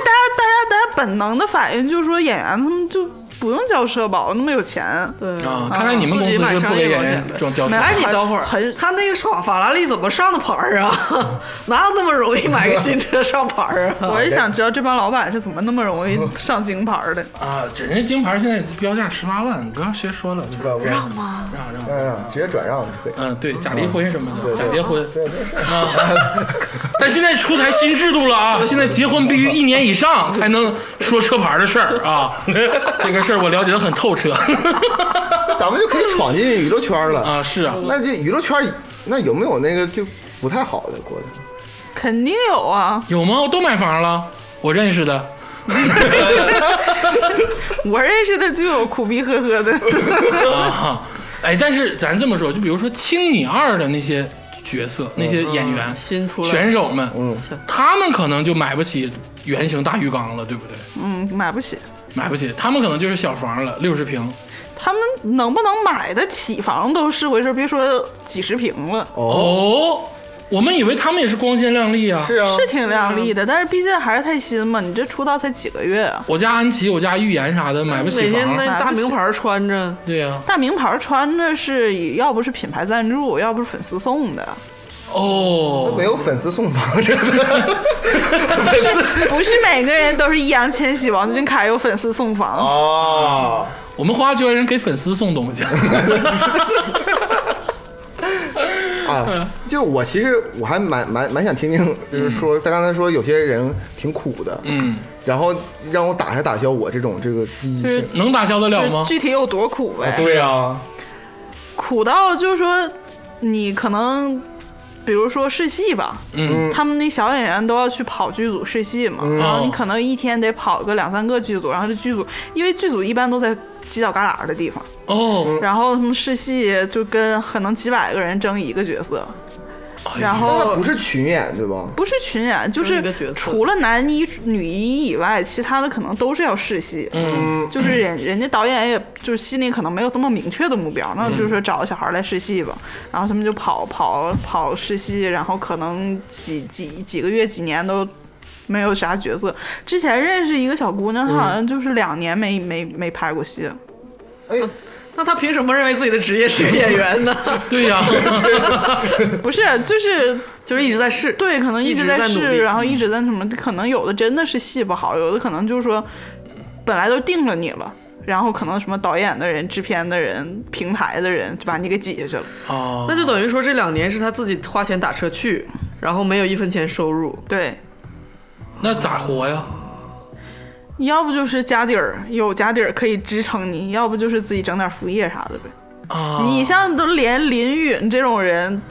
S5: 大家本能的反应就是说，演员他们就不用交社保，那么有钱。对，
S1: 啊。看来你们公司是不给演
S5: 啊
S1: 员装交社
S5: 没
S1: 保
S5: 有
S2: 哎，你等会儿
S5: 很，
S2: 他那个法法拉利怎么上的牌儿啊？ 哪有那么容易买个新车上牌儿啊？
S5: 我也想知道这帮老板是怎么那么容易上金牌的。
S1: 啊。人家金牌现在标价十八万，你不要先说了，就是
S4: 不让吗？
S1: 让让
S4: 当
S1: 让。
S4: 然了哎直接转让就可以。
S1: 嗯，对，假离婚什么的，
S4: 对
S1: 假结婚
S4: 对，没事儿
S1: 啊。但现在出台新制度了啊，现在结婚必须一年以上才能说车牌的事儿啊。这个事儿我了解的很透彻
S4: 那咱们就可以闯进娱乐圈了。
S1: 啊，是啊。
S4: 那这娱乐圈，那有没有那个就不太好的过的？
S5: 肯定有啊，
S1: 有吗？我都买房了，我认识的。
S5: 我认识的就有苦逼呵呵的。
S1: 啊，哎，但是咱这么说，就比如说《青你二》的那些角色、那些演员、
S2: 新出来
S1: 选手们，
S4: 嗯，
S1: 他们可能就买不起圆形大浴缸了，对不对？
S5: 嗯，买不起。
S1: 买不起，他们可能就是小房了，六十平。
S5: 他们能不能买得起房都是回事，别说几十平了，
S4: 哦，
S1: 哦，我们以为他们也是光鲜亮丽啊。
S4: 是啊，
S5: 是挺靓丽的，但是毕竟还是太新嘛。你这出道才几个月啊，
S1: 我家安琪，我家预言啥的，买不起
S2: 每天
S1: 房。
S2: 那大名牌儿穿着，
S1: 对呀、
S5: 大名牌穿着是要不是品牌赞助，要不是粉丝 送
S4: 那
S5: 的，
S4: 没
S1: 哦，
S4: 有粉丝送房，真的。粉丝
S5: 不是每个人都是易烊千玺、王俊凯有粉丝送房。
S4: 哦，
S1: 我们花圈人给粉丝送东西。
S4: 啊，就是我其实我还蛮蛮蛮想听听，就是说他刚才说有些人挺苦的，
S1: 嗯，
S4: 然后让我打消打消我这种这个积极性。
S1: 能打消得了
S5: 就
S1: 吗？哦
S5: 具体有多苦呗？
S4: 对啊，
S5: 苦到就是说，你可能，比如说试戏吧，
S1: 嗯
S5: 他们那小演员都要去跑剧组试戏嘛，
S4: 嗯
S5: 然
S2: 哦
S5: 后你可能一天得跑个两三个剧组，然后这剧组，因为剧组一般都在犄角旮旯的地方，
S4: 嗯
S1: 哦，
S5: 然后他们试戏就跟可能几百个人争一个角色，
S4: 那他
S5: 然后
S4: 不。是群演对吧？
S5: 不是群演，就
S2: 哎争
S5: 是
S2: 一个角色
S5: 除了男一、女一以外，其他的可能都是要试戏。
S4: 嗯，
S5: 就是人 人家导演也就是心里可能没有这么明确的目标，那
S2: 嗯
S5: 就是说找个小孩来试戏吧，然后他们就跑跑跑试戏，然后可能几几几个月几年都。没有啥角色，之前认识一个小姑娘，她好像
S2: 嗯
S5: 就是两年没、没没拍过戏了，
S4: 哎，
S2: 那他 凭什么认为自己的职业是演员呢？
S1: 对呀、
S5: 不是，就是
S2: 就是一直在试。
S5: 对，可能
S2: 一
S5: 一
S2: 直
S5: 直
S2: 在
S5: 在
S2: 努力嗯
S5: 试，然后一直在什么，可能有的真的是戏不好，有的可能就是说本来都定了你了。然后可能什么导演的人、制片的人、平台的人就把你给挤下去了。
S1: 哦，
S2: 那就等于说这两年是他自己花钱打车去，然后没有一分钱收入。
S5: 对，
S1: 那咋活呀？
S5: 要不就是家底儿有家底儿可以支撑你，要不就是自己整点副业啥的呗。
S1: 啊，
S5: 你像都连林允这种人，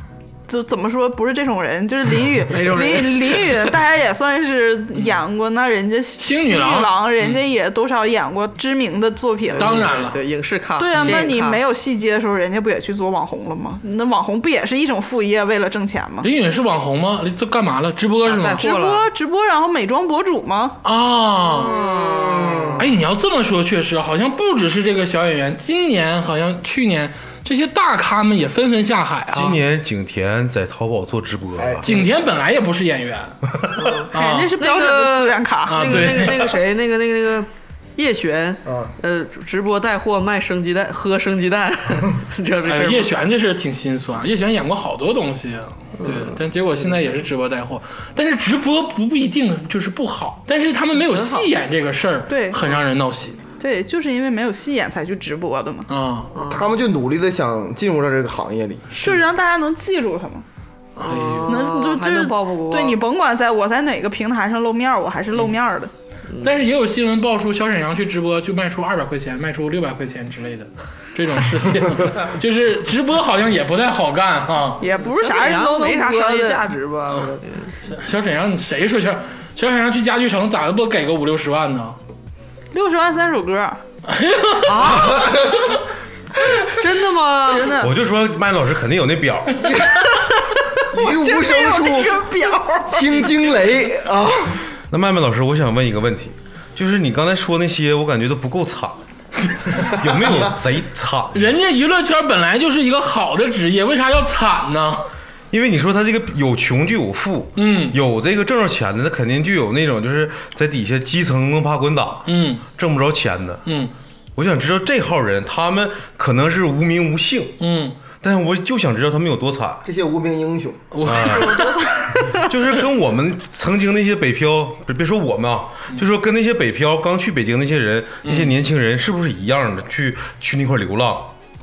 S5: 就怎么说不是这种人，就是 林允
S1: 哪种人
S5: 林林允，大家也算是演过，那人家星
S1: 女郎
S5: 人家也多少演过知名的作品。
S1: 当然了
S2: 对影视咖，
S5: 对啊，那
S2: 电影
S5: 你
S2: 咖
S5: 没有戏接的时候，人家不也去做网红了吗？那网红不也是一种副业，为了挣钱吗？
S1: 林允是网红吗？这干嘛了？直播是
S2: 带
S1: 吗？
S5: 直
S2: 货了
S5: 播直播，然后美妆博主吗？
S1: 啊，哎，你要这么说，确实好像不只是这个小演员，今年好像去年这些大咖们也纷纷下海啊。
S3: 今年景甜在淘宝做直播啊，
S4: 哎
S1: 景甜本来也不是演员，啊
S5: 人家是标准的资源咖。
S1: 啊
S2: 那个
S1: 对
S2: 那个那个谁，那个那个那个叶璇，
S4: 啊
S2: 呃，直播带货卖生鸡蛋，喝生鸡蛋， 你知道这事
S1: 哎
S2: 儿吗
S1: 叶璇这事儿挺心酸。叶璇演过好多东西，啊
S2: 嗯
S1: 对，但结果现在也是直播带货。但是直播不不一定就是不好，但是他们没有戏演这个事儿，
S5: 对
S1: 很让人闹心
S5: 对，就是因为没有戏演才去直播的嘛，
S2: 嗯
S1: 啊。
S5: 哦
S4: 他们就努力的想进入到这个行业 里。
S5: 就是让大家能记住他嘛。
S1: 哎
S2: 嗯
S1: 呦，
S5: 能哦就
S2: 还
S5: 这
S2: 能曝不光
S5: 对你甭管在我在哪个平台上露面儿，我还是露面儿的。
S2: 嗯
S1: 但是也有新闻爆出小沈阳去直播就卖出二百块钱、卖出六百块钱之类的这种事 情，就是直播好像也不太好干啊哈、
S5: 也不是啥人都能
S2: 没啥
S5: 播
S2: 商业
S5: 的
S2: 价。值吧？我
S1: 小沈阳，你谁说小小沈阳去家具城咋的不给个五六十万呢？
S5: 六十万三首歌，
S2: 真的吗？
S5: 真的
S3: 我就说麦老师肯定有那表，
S4: 于无声处
S5: 这个表，
S4: 听惊 雷啊！，
S3: 那麦麦老师，我想问一个问题，就是你刚才说那些，我感觉都不够 惨，有没有贼惨？
S1: 人家娱乐圈本来就是一个好的职业，为啥要惨呢？
S3: 因为你说他这个有穷就有富，
S1: 嗯
S3: 有这个挣着钱的，那肯定就有那种就是在底下基层摸爬滚打，
S1: 嗯
S3: 挣不着钱的。
S1: 嗯
S3: 我想知道这号人，他们可能是无名无姓，
S1: 嗯，
S3: 但我就想知道他们有多惨
S4: 这些无名英雄，
S1: 我、
S3: 就是跟我们曾经那些北漂，别别说我们啊，
S1: 嗯
S3: 就说跟那些北漂刚去北京那些人，那些年轻人是不是一样的？去去那块流浪，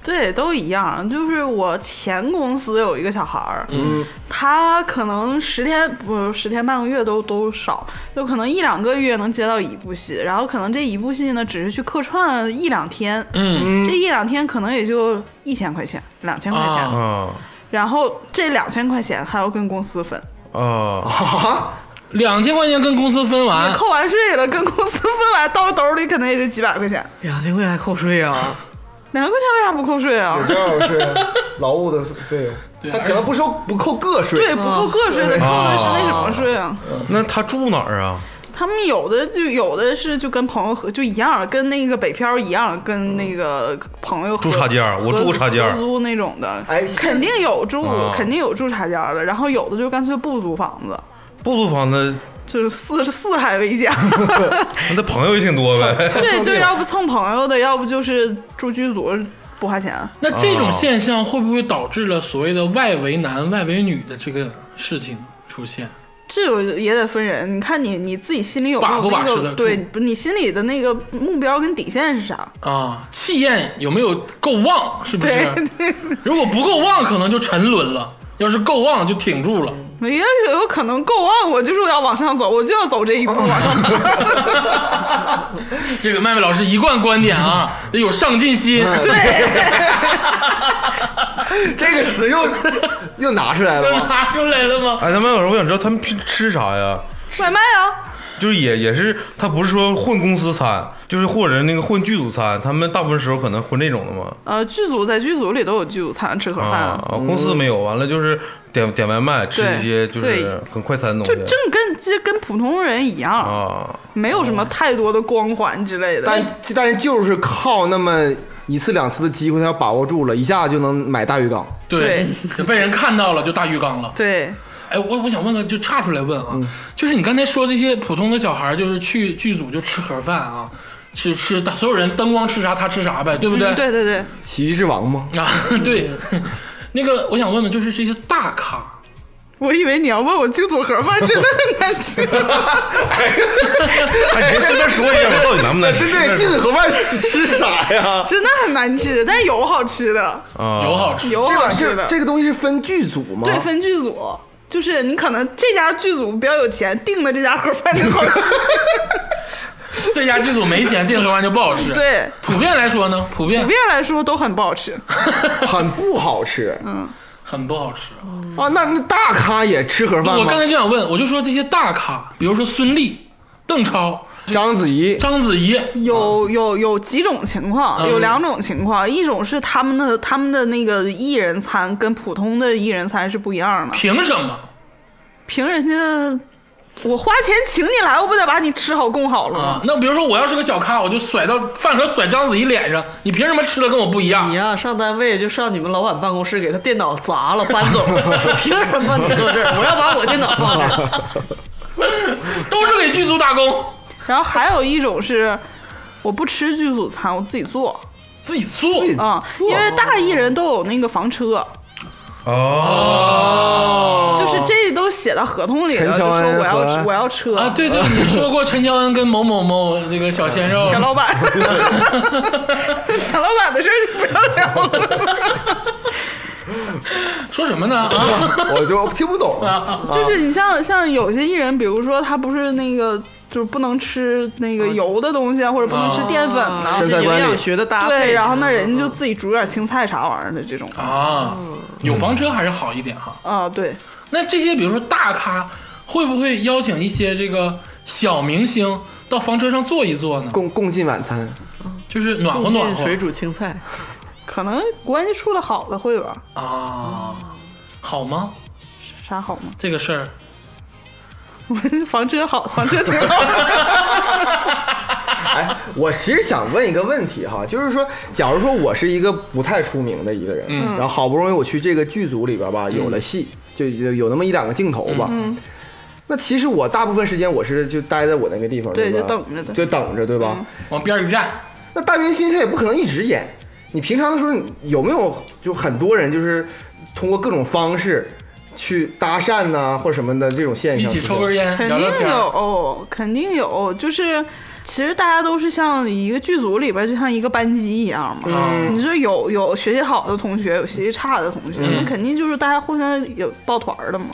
S5: 对，都一样。就是我前公司有一个小孩儿，
S1: 嗯
S5: 他可能十天不十天半个月都都少，就可能一两个月能接到一部戏，然后可能这一部戏呢只是去客串一两天，
S1: 嗯
S5: 这一两天可能也就一千块钱、两千块钱，
S1: 啊
S3: 啊
S5: 然后这两千块钱还要跟公司分，
S3: 啊，
S1: 两千块钱跟公司分完，
S5: 扣完税了，跟公司分完到兜里可能也就几百块钱，
S2: 两千块钱还扣税啊？
S5: 两千块钱为啥不扣税啊
S4: 有？这样是劳务的费用，他可能不收不扣个税，
S5: 对，不扣个税的，扣的是那什么税啊？
S3: 那他住哪儿啊？
S5: 他们有的就有的是就跟朋友合，就一样，跟那个北漂一样，跟那个朋友合
S3: 住插间儿我
S5: 合
S3: 住过插间儿
S5: 合租那种的，
S4: 哎
S5: 肯定有住
S3: 啊，
S5: 肯定有住插间儿的。然后有的就干脆不租房子，
S3: 不租房子，
S5: 就是四四海 为家。
S3: 那他朋友也挺多 呗。
S5: 对，
S4: 蹭
S5: 就
S4: 这
S5: 要不蹭朋友的，要不就是住剧组不花钱。
S1: 那这种
S3: 啊
S1: 现象会不会导致了所谓的外围男、外围女的这个事情出现？
S5: 这个也得分人，你看你你自己心里有没
S1: 把
S5: 有
S1: 不把
S5: 那
S1: 持得
S5: 个
S1: 住
S5: 对，不你心里的那个目标跟底线是啥？
S1: 啊，气焰有没有够旺？是不是
S5: 对？
S1: 如果不够旺，可能就沉沦了；要是够旺，就挺住了。
S5: 也有有可能够旺，我就是要往上走，我就要走这一 步往上走。
S1: 这个麦麦老师一贯观点啊， 得有上进 心。
S4: 这个词又又拿出来了吗？
S1: 拿出来了吗？
S3: 哎，他们老师，我想知道他们平时吃啥呀？
S5: 外卖啊，
S3: 就是也也是，他不是说混公司餐，就是或者那个混剧组餐，他们大部分时候可能混这种的嘛。
S5: 呃，剧组在剧组里都有剧组餐吃盒饭
S3: 啊，
S5: 啊，
S3: 啊公司没有，完了就是点点外卖，吃
S5: 对
S3: 一些就是
S5: 对
S3: 很快餐的
S5: 就
S3: 东西。
S5: 正跟这跟普通人一样，
S3: 啊，
S5: 没有什么太多的光环之类的。
S4: 但但是就是靠那么一次两次的机会，他要把握住了，一下就能买大鱼缸。
S1: 对， 被人看到了就大浴缸了。
S5: 对，
S1: 哎，我我想问个，就岔出来问啊，就是你刚才说这些普通的小孩儿，就是去剧组就吃盒饭啊，吃吃，所有人灯光吃啥他吃啥呗，对不对？
S5: 嗯对对对，
S4: 喜剧之王吗？
S1: 啊，对。那个我想问问，就是这些大咖，
S5: 我以为你要问我剧组盒饭真的很难吃，
S3: 哎，你就随便说一下吧，到底难不难吃？
S4: 对对，哎进
S3: 这
S4: 嘴盒饭吃吃啥呀？
S5: 真的很难吃，但是有好吃的，
S3: 啊，
S1: 有好吃，
S5: 有
S4: 这
S5: 好
S4: 玩意
S5: 吃
S4: 儿
S5: 哦的，
S4: 这个东西是分剧组吗？
S1: 啊
S5: 对，分剧组。就是你可能这家剧组比较有钱，订的这家盒饭就 好吃。
S1: 这家剧组没钱，订盒饭就不好吃。，
S5: 对，
S1: 普遍来说呢，普遍
S5: 普遍来说都很不好吃。
S4: 很不好吃
S1: 很不好吃。
S4: 啊。那那大咖也吃盒饭
S1: 我刚
S4: 吗？
S1: 才就想问，我就说这些大咖，比如说孙俪、邓超、
S4: 章 子怡
S1: 章子怡，
S5: 有有有几种情况，
S1: 啊嗯
S5: 有两种情况，一种是他们的他们的那个艺人餐跟普通的艺人餐是不一样的，
S1: 凭什么
S5: 凭人家我花钱请你来，我不得把你吃好供好了
S1: 啊
S5: 吗？？
S1: 那比如说我要是个小咖，我就甩到饭盒甩章子怡脸上，你凭什么吃的跟我不一样
S2: 你？呀、上单位就上你们老板办公室，给他电脑砸了，搬走。说凭什么你坐这儿？我要把我电脑放这儿。
S1: 都是给剧组打工，
S5: 然后还有一种是我不吃剧组餐，我自己做
S1: 自己做
S4: 自己
S5: 啊，因为大艺人都有那个房车，
S3: 哦，
S4: 哦，
S5: 就是这都写到合同里
S4: 陈
S5: 了，就
S4: 乔
S5: 说
S4: 恩
S5: 我要
S4: 和
S5: 吃我要车
S1: 啊。对对，你说过陈乔恩跟某某某这个小鲜肉，
S5: 钱老板，钱老板的事儿就不要聊了。
S1: 说什么呢？啊，
S4: 我就听不懂。
S5: 就是你像像有些艺人，比如说他不是那个就是不能吃那个油的东西啊，或者不能吃淀粉呐、
S4: 身材
S2: 啊是
S4: 管
S2: 营
S4: 理
S2: 养学的搭配。
S5: 对，然后那人就自己煮点青菜啥玩意儿的这种
S1: 啊，有房车还是好一点哈。
S5: 啊，对，
S1: 那这些比如说大咖，会不会邀请一些这个小明星到房车上坐一坐呢？
S4: 共共进晚餐，
S1: 就是啊暖和
S2: 贡
S1: 暖
S2: 进
S1: 和
S2: 水煮青菜，
S5: 可能关系处的好的会吧，
S1: 啊，好吗？
S5: 啥好吗？
S1: 这个事儿，
S5: 房车好，房车挺 好。
S4: 哎，我其实想问一个问题哈，就是说，假如说我是一个不太出名的一个人，
S1: 嗯
S4: 然后好不容易我去这个剧组里边吧，有了戏，
S5: 嗯
S4: 就就有那么一两个镜头吧。那其实我大部分时间我是就待在我那个地方，
S5: 对
S4: 吧？
S5: 就等着的嗯
S4: 就等着，对吧？
S1: 往边儿一站，
S4: 那大明星他也不可能一直演，你平常的时候你有没有就很多人就是通过各种方式去搭讪呐、或者什么的这种现
S1: 一
S4: 象？
S1: 起抽根烟，
S5: 肯
S1: 聊聊
S5: 定
S1: 天儿。
S5: 有，哦肯定有，就是。其实大家都是像一个剧组里边，就像一个班级一样嘛。
S1: 嗯
S5: 你说有有学习好的同学，有学习差的同学，那、
S1: 嗯
S5: 肯定就是大家互相有抱团儿的嘛。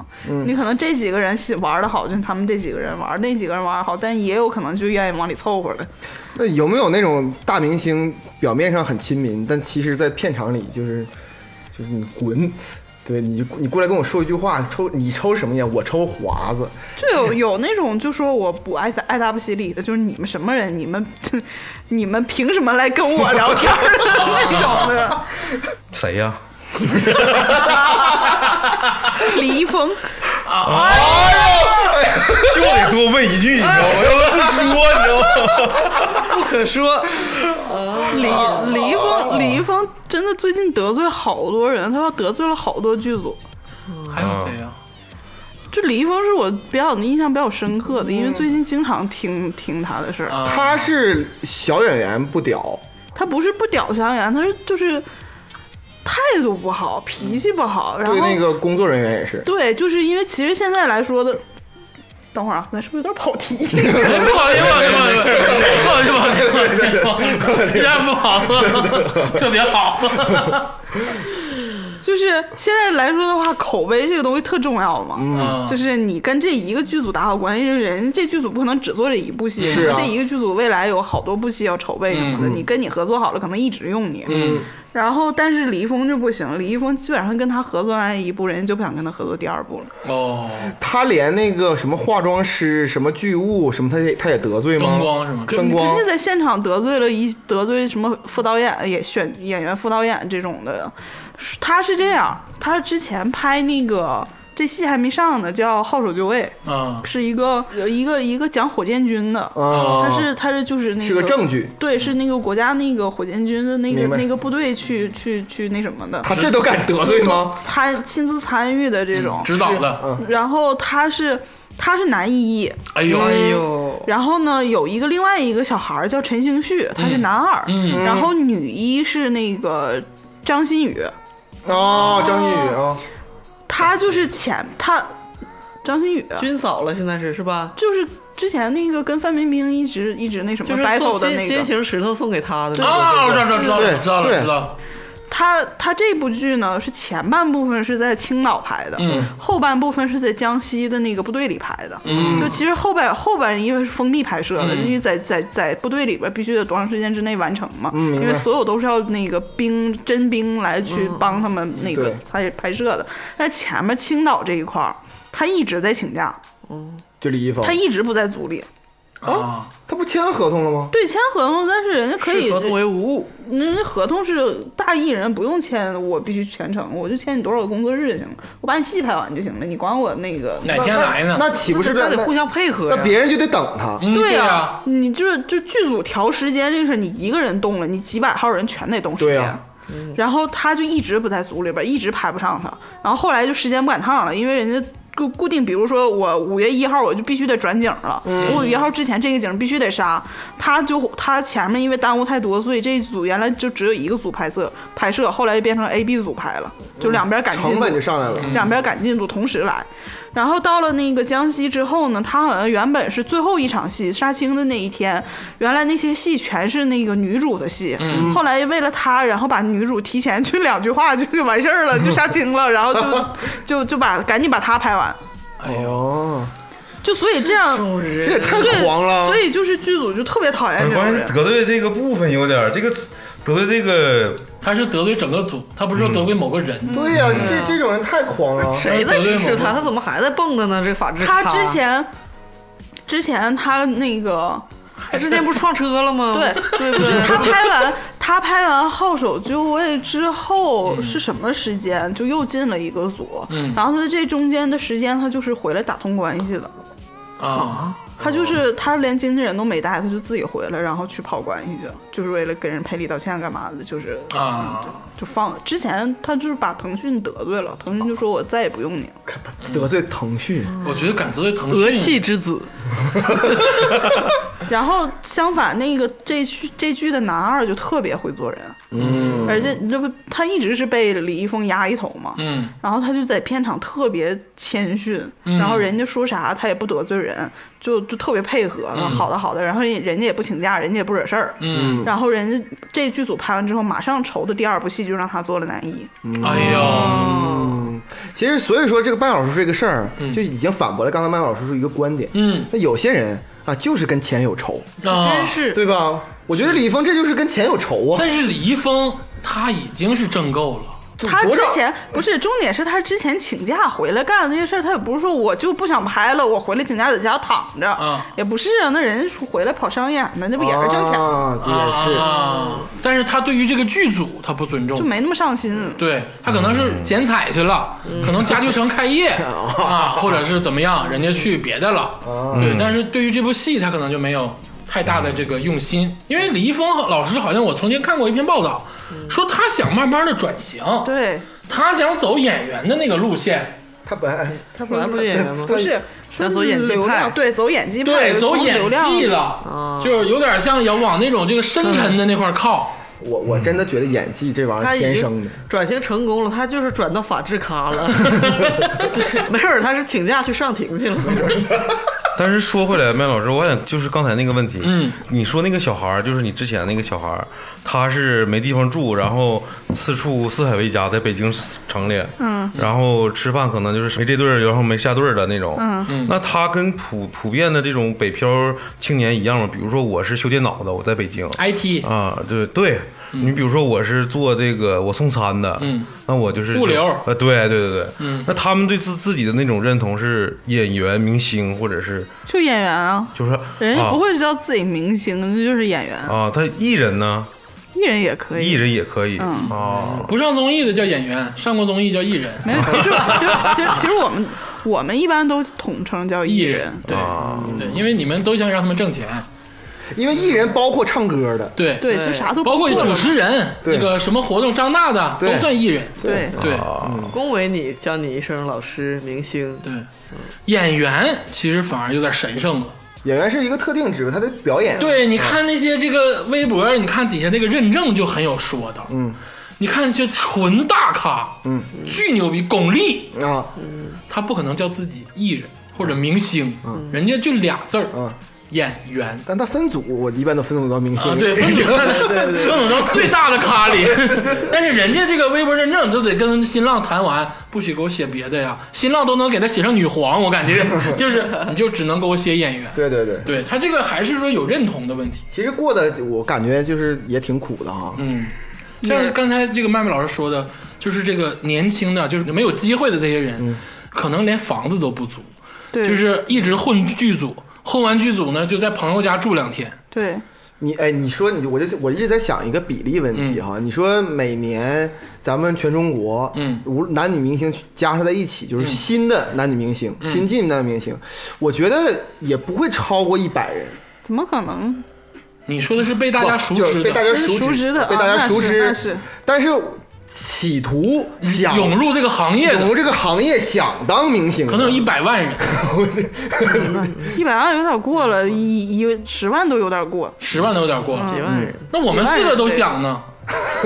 S5: 你可能这几个人喜玩的好，就他们这几个人玩；那几个人玩得好，但也有可能就愿意往里凑合的。
S4: 那有没有那种大明星表面上很亲民，但其实在片场里就是就是你滚，对，你就你过来跟我说一句话，抽你抽什么烟？我抽华子，
S5: 就 有有那种就说我不爱爱搭不起理的，就是你们什么人，你们 你们凭什么来跟我聊天儿的 那 种的。
S3: 谁呀？
S5: 李易峰，
S3: 就得多问一句，你知道 吗？要不然不说，你知道吗？
S2: 不可说。
S5: 李
S4: 哦
S5: 李易峰，李易峰真的最近得罪好多人，他要得罪了好多剧组。
S1: 还有谁啊呀？
S5: 就李易峰是我比较印象比较深刻的，因为最近经常听听他的事儿。
S1: 啊，
S4: 他是小演员不屌，
S5: 他不是不屌小演员，他是就是态度不好，脾气不好，然后
S4: 对那个工作人员也是。
S5: 对就是因为其实现在来说的。等会儿啊，咱是不是有点跑题？
S1: 哎不好意思，不好意思，不好意思，不好意思，不好意思不好意思，一下不好了，特别好。
S5: 就是现在来说的话，口碑这个东西特重要嘛。
S1: 嗯
S5: 就是你跟这一个剧组打好关系，人这剧组不可能只做这一部戏，
S4: 是啊嗯
S5: 这一个剧组未来有好多部戏要筹备什么的，你跟你合作好了，可能一直用你。
S1: 嗯
S5: 然后，但是李易峰就不行，李易峰基本上跟他合作完一部，人家就不想跟他合作第二部了。
S1: 哦，
S4: 他连那个什么化妆师、什么剧务什么，他也他也得罪吗？
S1: 灯光是吗？这
S4: 灯光
S5: 人家在现场得罪了一得罪什么副导演也选演员副导演这种的，他是这样，他之前拍那个这戏还没上呢，叫《号手就位》。
S1: 啊，
S5: 是一个一个一个讲火箭军的，
S4: 啊，
S1: 哦
S5: 他是他是就是那
S4: 是个证据，
S5: 对，是那个国家那个火箭军的那个
S4: 明白
S5: 那个部队去去去那什么的，
S4: 他这都敢得罪吗？
S5: 参亲自参与的这种。
S1: 指导的。
S4: 嗯
S5: 然后他是他是男一一，
S1: 哎呦，
S2: 呦，
S5: 然后呢有一个另外一个小孩儿叫陈星旭，他是男二，
S1: 嗯
S5: 然后女一是那个张馨予。
S4: 哦，张馨予啊，
S5: 他就是前他张馨予啊
S2: 嗯军嫂了，现在是是吧？
S5: 就是之前那个跟范冰冰一直一直那什
S2: 就
S5: 么
S2: 是
S5: battle
S2: 送
S5: 的
S2: 新
S5: 那
S2: 新
S5: 个，
S2: 型石头送给他的那个，
S1: 啊，我知道知道知道
S4: 对
S1: 知道了
S4: 对
S1: 知道了，
S5: 他他这部剧呢是前半部分是在青岛拍的，
S1: 嗯
S5: 后半部分是在江西的那个部队里拍的。
S1: 嗯
S5: 就其实后半后半因为是封闭拍摄的，
S1: 嗯
S5: 因为在在在部队里边必须得多长时间之内完成嘛，
S4: 嗯明白
S5: 因为所有都是要那个兵真兵来去帮他们那个
S4: 对
S5: 拍拍摄的。但是前面青岛这一块儿，他一直在请假，
S4: 就李易峰
S5: 他，一直不在组里。
S1: 啊，
S4: 他不签合同了吗？
S5: 对，签合同，但是人家可以
S2: 视合同为无物。
S5: 人家合同是大艺人不用签，我必须全程，我就签你多少个工作日就行了，我把你戏拍完就行了，你管我那个。
S1: 哪天来呢？
S4: 那岂不是
S2: 那
S4: 那
S2: 得互相配合
S4: 那
S2: 呀。
S4: 别人就得等他？
S1: 嗯
S5: 对
S1: 对
S5: 呀、
S1: 呀，
S5: 你就是就剧组调时间这事儿，你一个人动了，你几百号人全得动时
S4: 对啊
S5: 间。
S4: 呀
S5: 然后他就一直不在组里边，一直排不上他。然后后来就时间不赶趟了，因为人家固固定，比如说我五月一号我就必须得转景了，
S4: 嗯
S5: 我五月一号之前这个景必须得杀。他就他前面因为耽误太多，所以这一组原来就只有一个组拍摄拍摄，后来就变成 A、B 组拍了，就两边赶进度。
S4: 成本就上来了。
S5: 两边赶进度同时来。然后到了那个江西之后呢，他好像原本是最后一场戏杀青的那一天，原来那些戏全是那个女主的戏，
S3: 嗯
S5: 后来为了他，然后把女主提前去两句话就给完事儿了，就杀青了，然后就就就把赶紧把他拍完，
S1: 哎呦，
S4: 哦，
S5: 就所以这样，
S4: 这也太
S5: 对
S4: 狂了
S5: 所！以就是剧组就特别讨厌
S3: 我
S5: 这种
S3: 关
S5: 人
S3: 键。得罪这个部分有点儿这个得罪这个
S1: 他是得罪整个组，他不是说得罪某个人，
S4: 对呀，这这种人太狂了。
S2: 谁在支持他？他怎么还在蹦跶呢？这法制
S5: 他之前之前他那个
S2: 他哎之前不是撞车了吗？
S5: 对
S2: 对不
S5: 哦就是
S2: 对？
S5: 他拍完他拍完《号手就位》之后是什么时间？就又进了一个组，
S1: 嗯
S5: 然后他在这中间的时间，他就是回来打通关系的。
S1: 啊，
S5: 他就是他连经纪人都没带，他就自己回来，然后去跑关系去了，就是为了跟人赔礼道歉干嘛的，就是
S1: 啊
S5: 就放。之前他就是把腾讯得罪了，腾讯就说我再也不用你了。
S4: 得罪腾讯，
S1: 我觉得敢得罪腾
S2: 俄
S1: 讯，
S2: 气之子，
S5: 然后相反，那个这剧这剧的男二就特别会做人，
S4: 嗯，
S5: 而且这不他一直是被李易峰压一头嘛，
S1: 嗯
S5: 然后他就在片场特别谦逊，
S1: 嗯
S5: 然后人家说啥他也不得罪人，就就特别配合，好的好的，然后人家也不请假，人家也不惹事儿。
S1: 嗯，
S5: 然后人家这剧组拍完之后，马上筹的第二部戏就让他做了男一，
S1: 哎呦，
S4: 嗯，其实所以说这个半小时这个事儿，啊就已经反驳了刚才麦老师说一个观点。
S1: 嗯
S4: 那有些人啊，就是跟钱有仇，
S1: 啊，
S2: 真是
S4: 对吧？我觉得李易峰这就是跟钱有仇啊。
S1: 但是李易峰他已经是挣够了，
S5: 他
S4: 多
S5: 之
S4: 少
S5: 前不是重点是他之前请假回来干的这些事儿，他也不是说我就不想拍了，我回来请假在家躺着，
S1: 啊
S5: 也不是啊，那人家回来跑商演的，那不也是挣钱，
S4: 啊，这也是。
S1: 啊，但是他对于这个剧组他不尊
S5: 就
S1: 重。
S5: 没那么上心。
S1: 对他可能
S4: 嗯
S1: 是剪彩去了，可能家具城开 业、
S4: 哦
S1: 啊，或者是怎么样，人家去别的了。
S4: 啊嗯
S1: 对，但是对于这部戏，他可能就没有太大的这个用心，因为李易峰老师好像我曾经看过一篇报道，说他想慢慢的转型，
S5: 嗯对，
S1: 他想走演员的那个路线，
S4: 他本来
S2: 他本来不是演员吗？
S5: 不是，
S2: 要走演技
S5: 流量
S2: 派
S5: 对，走演技派，
S1: 对，
S5: 有
S1: 走
S5: 从
S1: 演
S5: 流量啊
S1: 技了，就是有点像要往那种这个深沉的那块靠。
S4: 我我真的觉得演技这玩意
S2: 他
S4: 儿
S2: 已
S4: 天生
S2: 经
S4: 的。
S2: 转型成功了，他就是转到法制咖了。 没准儿他是请假去上庭去了。
S3: 但是说回来，麦老师，我想就是刚才那个问题，
S1: 嗯，
S3: 你说那个小孩儿，就是你之前那个小孩儿，他是没地方住，然后四处四海为家，在北京城里，嗯，然后吃饭可能就是没这顿儿，然后没下顿儿的那种，嗯，那他跟普普遍的这种北漂青年一样吗？比如说我是修电脑的，我在北京，
S1: IT
S3: 啊，对对。你比如说，我是做这个，我送餐的，
S1: 嗯，
S3: 那我就是
S1: 物流
S3: 呃，对对对对，
S1: 嗯
S3: 那他们对自自己的那种认同是演员、明星，或者是
S5: 就演员啊，
S3: 就是
S5: 人家
S3: 啊
S5: 不会叫自己明星，那就是演员，
S3: 啊，他艺人呢，
S5: 艺人也可
S3: 艺
S5: 以。
S3: 人也可以
S5: 嗯
S3: 啊，
S1: 不上综艺的叫演员，上过综艺叫艺人。
S5: 没有，其实其实其实其实我们我们一般都统称叫艺人，
S1: 对、
S3: 啊
S1: 对，因为你们都想让他们挣钱，
S4: 因为艺人包括唱歌的，
S1: 对，
S5: 对，
S2: 对
S5: 就啥都
S1: 包括
S5: 了
S1: 主持人，
S4: 对
S1: 那个什么活动张大的都
S4: 对
S1: 算艺人，
S5: 对
S1: 对
S3: 啊，
S2: 恭维你，叫你一声老师、明星。
S1: 对，演员其实反而有点神圣了。
S4: 演员是一个特定职位，他得表演。
S1: 对，你看那些这个微博，你看底下那个认证就很有说道。
S4: 嗯，
S1: 你看这纯大咖，嗯，巨牛逼，巩俐，
S4: 啊
S1: 他不可能叫自己艺人或者明星，人家就俩字儿，
S4: 啊！
S1: 演员。
S4: 但他分组，我一般都分组到明星
S1: 啊，对，分组在分组到最大的咖里，但是人家这个微博认证就得跟新浪谈完，不许给我写别的呀，新浪都能给他写上女皇，我感 觉就是你就只能给我写演员。
S4: 对对对，
S1: 对他这个还是说有认同的问题，
S4: 其实过得我感觉就是也挺苦的哈。
S1: 嗯，像是刚才这个麦麦老师说的，就是这个年轻的，就是没有机会的这些人，
S4: 嗯
S1: 可能连房子都不租，
S5: 对，
S1: 就是一直混剧组，混完剧组呢就在朋友家住两天，
S5: 对，
S4: 你哎，你说你，我就我一直在想一个比例问题哈。你说每年咱们全中国，
S1: 嗯
S4: 无男女明星加上在一起，就是新的男女明星，
S1: 嗯
S4: 新进男女明星，我觉得也不会超过一百人，
S5: 怎么可能？
S1: 你说的是被大家熟
S4: 不就
S1: 知
S4: 是被大
S1: 的，
S4: 家
S5: 那是
S4: 熟
S5: 熟知的
S4: 被
S5: 啊
S4: 大家
S5: 那
S4: 熟
S5: 是
S4: 知，
S5: 那是
S4: 但是企图想
S1: 涌入这个行业
S4: 涌
S1: 的
S4: 入这个行业，想当明星的，
S1: 可能有一百万人，
S5: 一百万有点过了，一一十万都有点过。
S1: 十万都有点过了。
S5: 嗯
S2: 几万人，
S1: 那我们四个都想呢，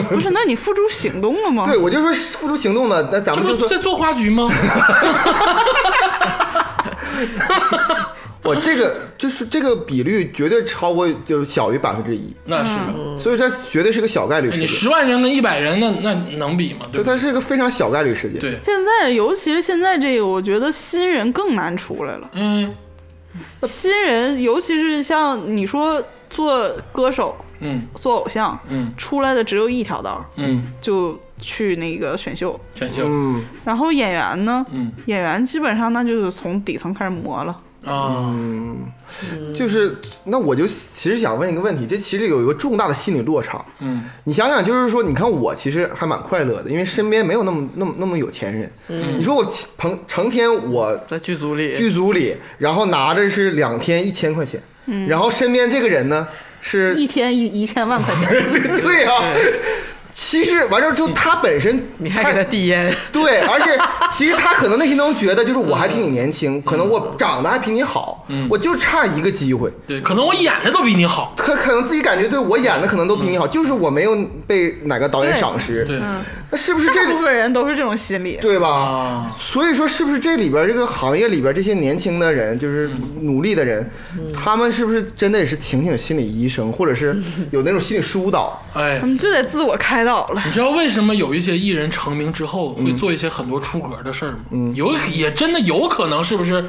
S5: 不是，那你付诸行动了吗？
S4: 对，我就说付出行动的，那咱
S1: 这
S4: 们就
S1: 不
S4: 说
S1: 在做花局吗？
S4: 我这个就是这个比率绝对超过，就是小于百分之一，
S5: 嗯
S1: 那是，
S2: 嗯
S4: 所以它绝对是个小概率
S1: 哎你
S4: 事件，
S1: 十万人跟一百人，那那能比吗？对
S4: 就
S1: 不对
S4: 它是一个非常小概率事件。
S1: 对，
S5: 现在，尤其是现在这个，我觉得新人更难出来了。
S1: 嗯
S5: 新人，尤其是像你说做歌手、
S1: 嗯
S5: 做偶像，
S1: 嗯
S5: 出来的只有一条道儿，
S1: 嗯，
S5: 就去那个选秀。
S1: 选秀，
S4: 嗯，
S5: 然后演员呢，
S1: 嗯
S5: 演员基本上那就是从底层开始磨了。
S4: 嗯
S1: 啊，
S2: 嗯
S4: 就是那我就其实想问一个问题，这其实有一个重大的心理落差。
S1: 嗯
S4: 你想想，就是说，你看我其实还蛮快乐的，因为身边没有那么那么那么有钱人。
S2: 嗯
S4: 你说我成成天我
S2: 在剧组里，
S4: 剧组里，然后拿着是两天一千块钱，然后身边这个人呢是
S5: 一天一一千万块 钱，
S4: 对呀、其实完事儿之后，他本身
S2: 你还给他递烟，
S4: 对，而且其实他可能内心中觉得，就是我还比你年轻，可能我长得还比你好，
S1: 嗯
S4: 我就差一个机会。
S1: 对，可能我演的都比你好，
S4: 可可能自己感觉对我演的可能都比你好，就是我没有被哪个导演
S5: 对
S4: 赏识，
S1: 嗯对
S4: 那是不是
S5: 嗯大
S4: 这
S5: 部分人都是这种心理。
S4: 对吧？
S1: 啊，
S4: 所以说，是不是这里边这个行业里边这些年轻的人，就是
S1: 嗯
S4: 努力的人，
S5: 嗯
S4: 他们是不是真的也是请请心理医生，或者 是有那种心理疏导？
S1: 哎
S5: 他，们就得自我开导了
S1: 你，知道为什么有一些艺人成名之后
S4: 嗯
S1: 会做一些很多出格的事儿吗？有也真的有可能是不是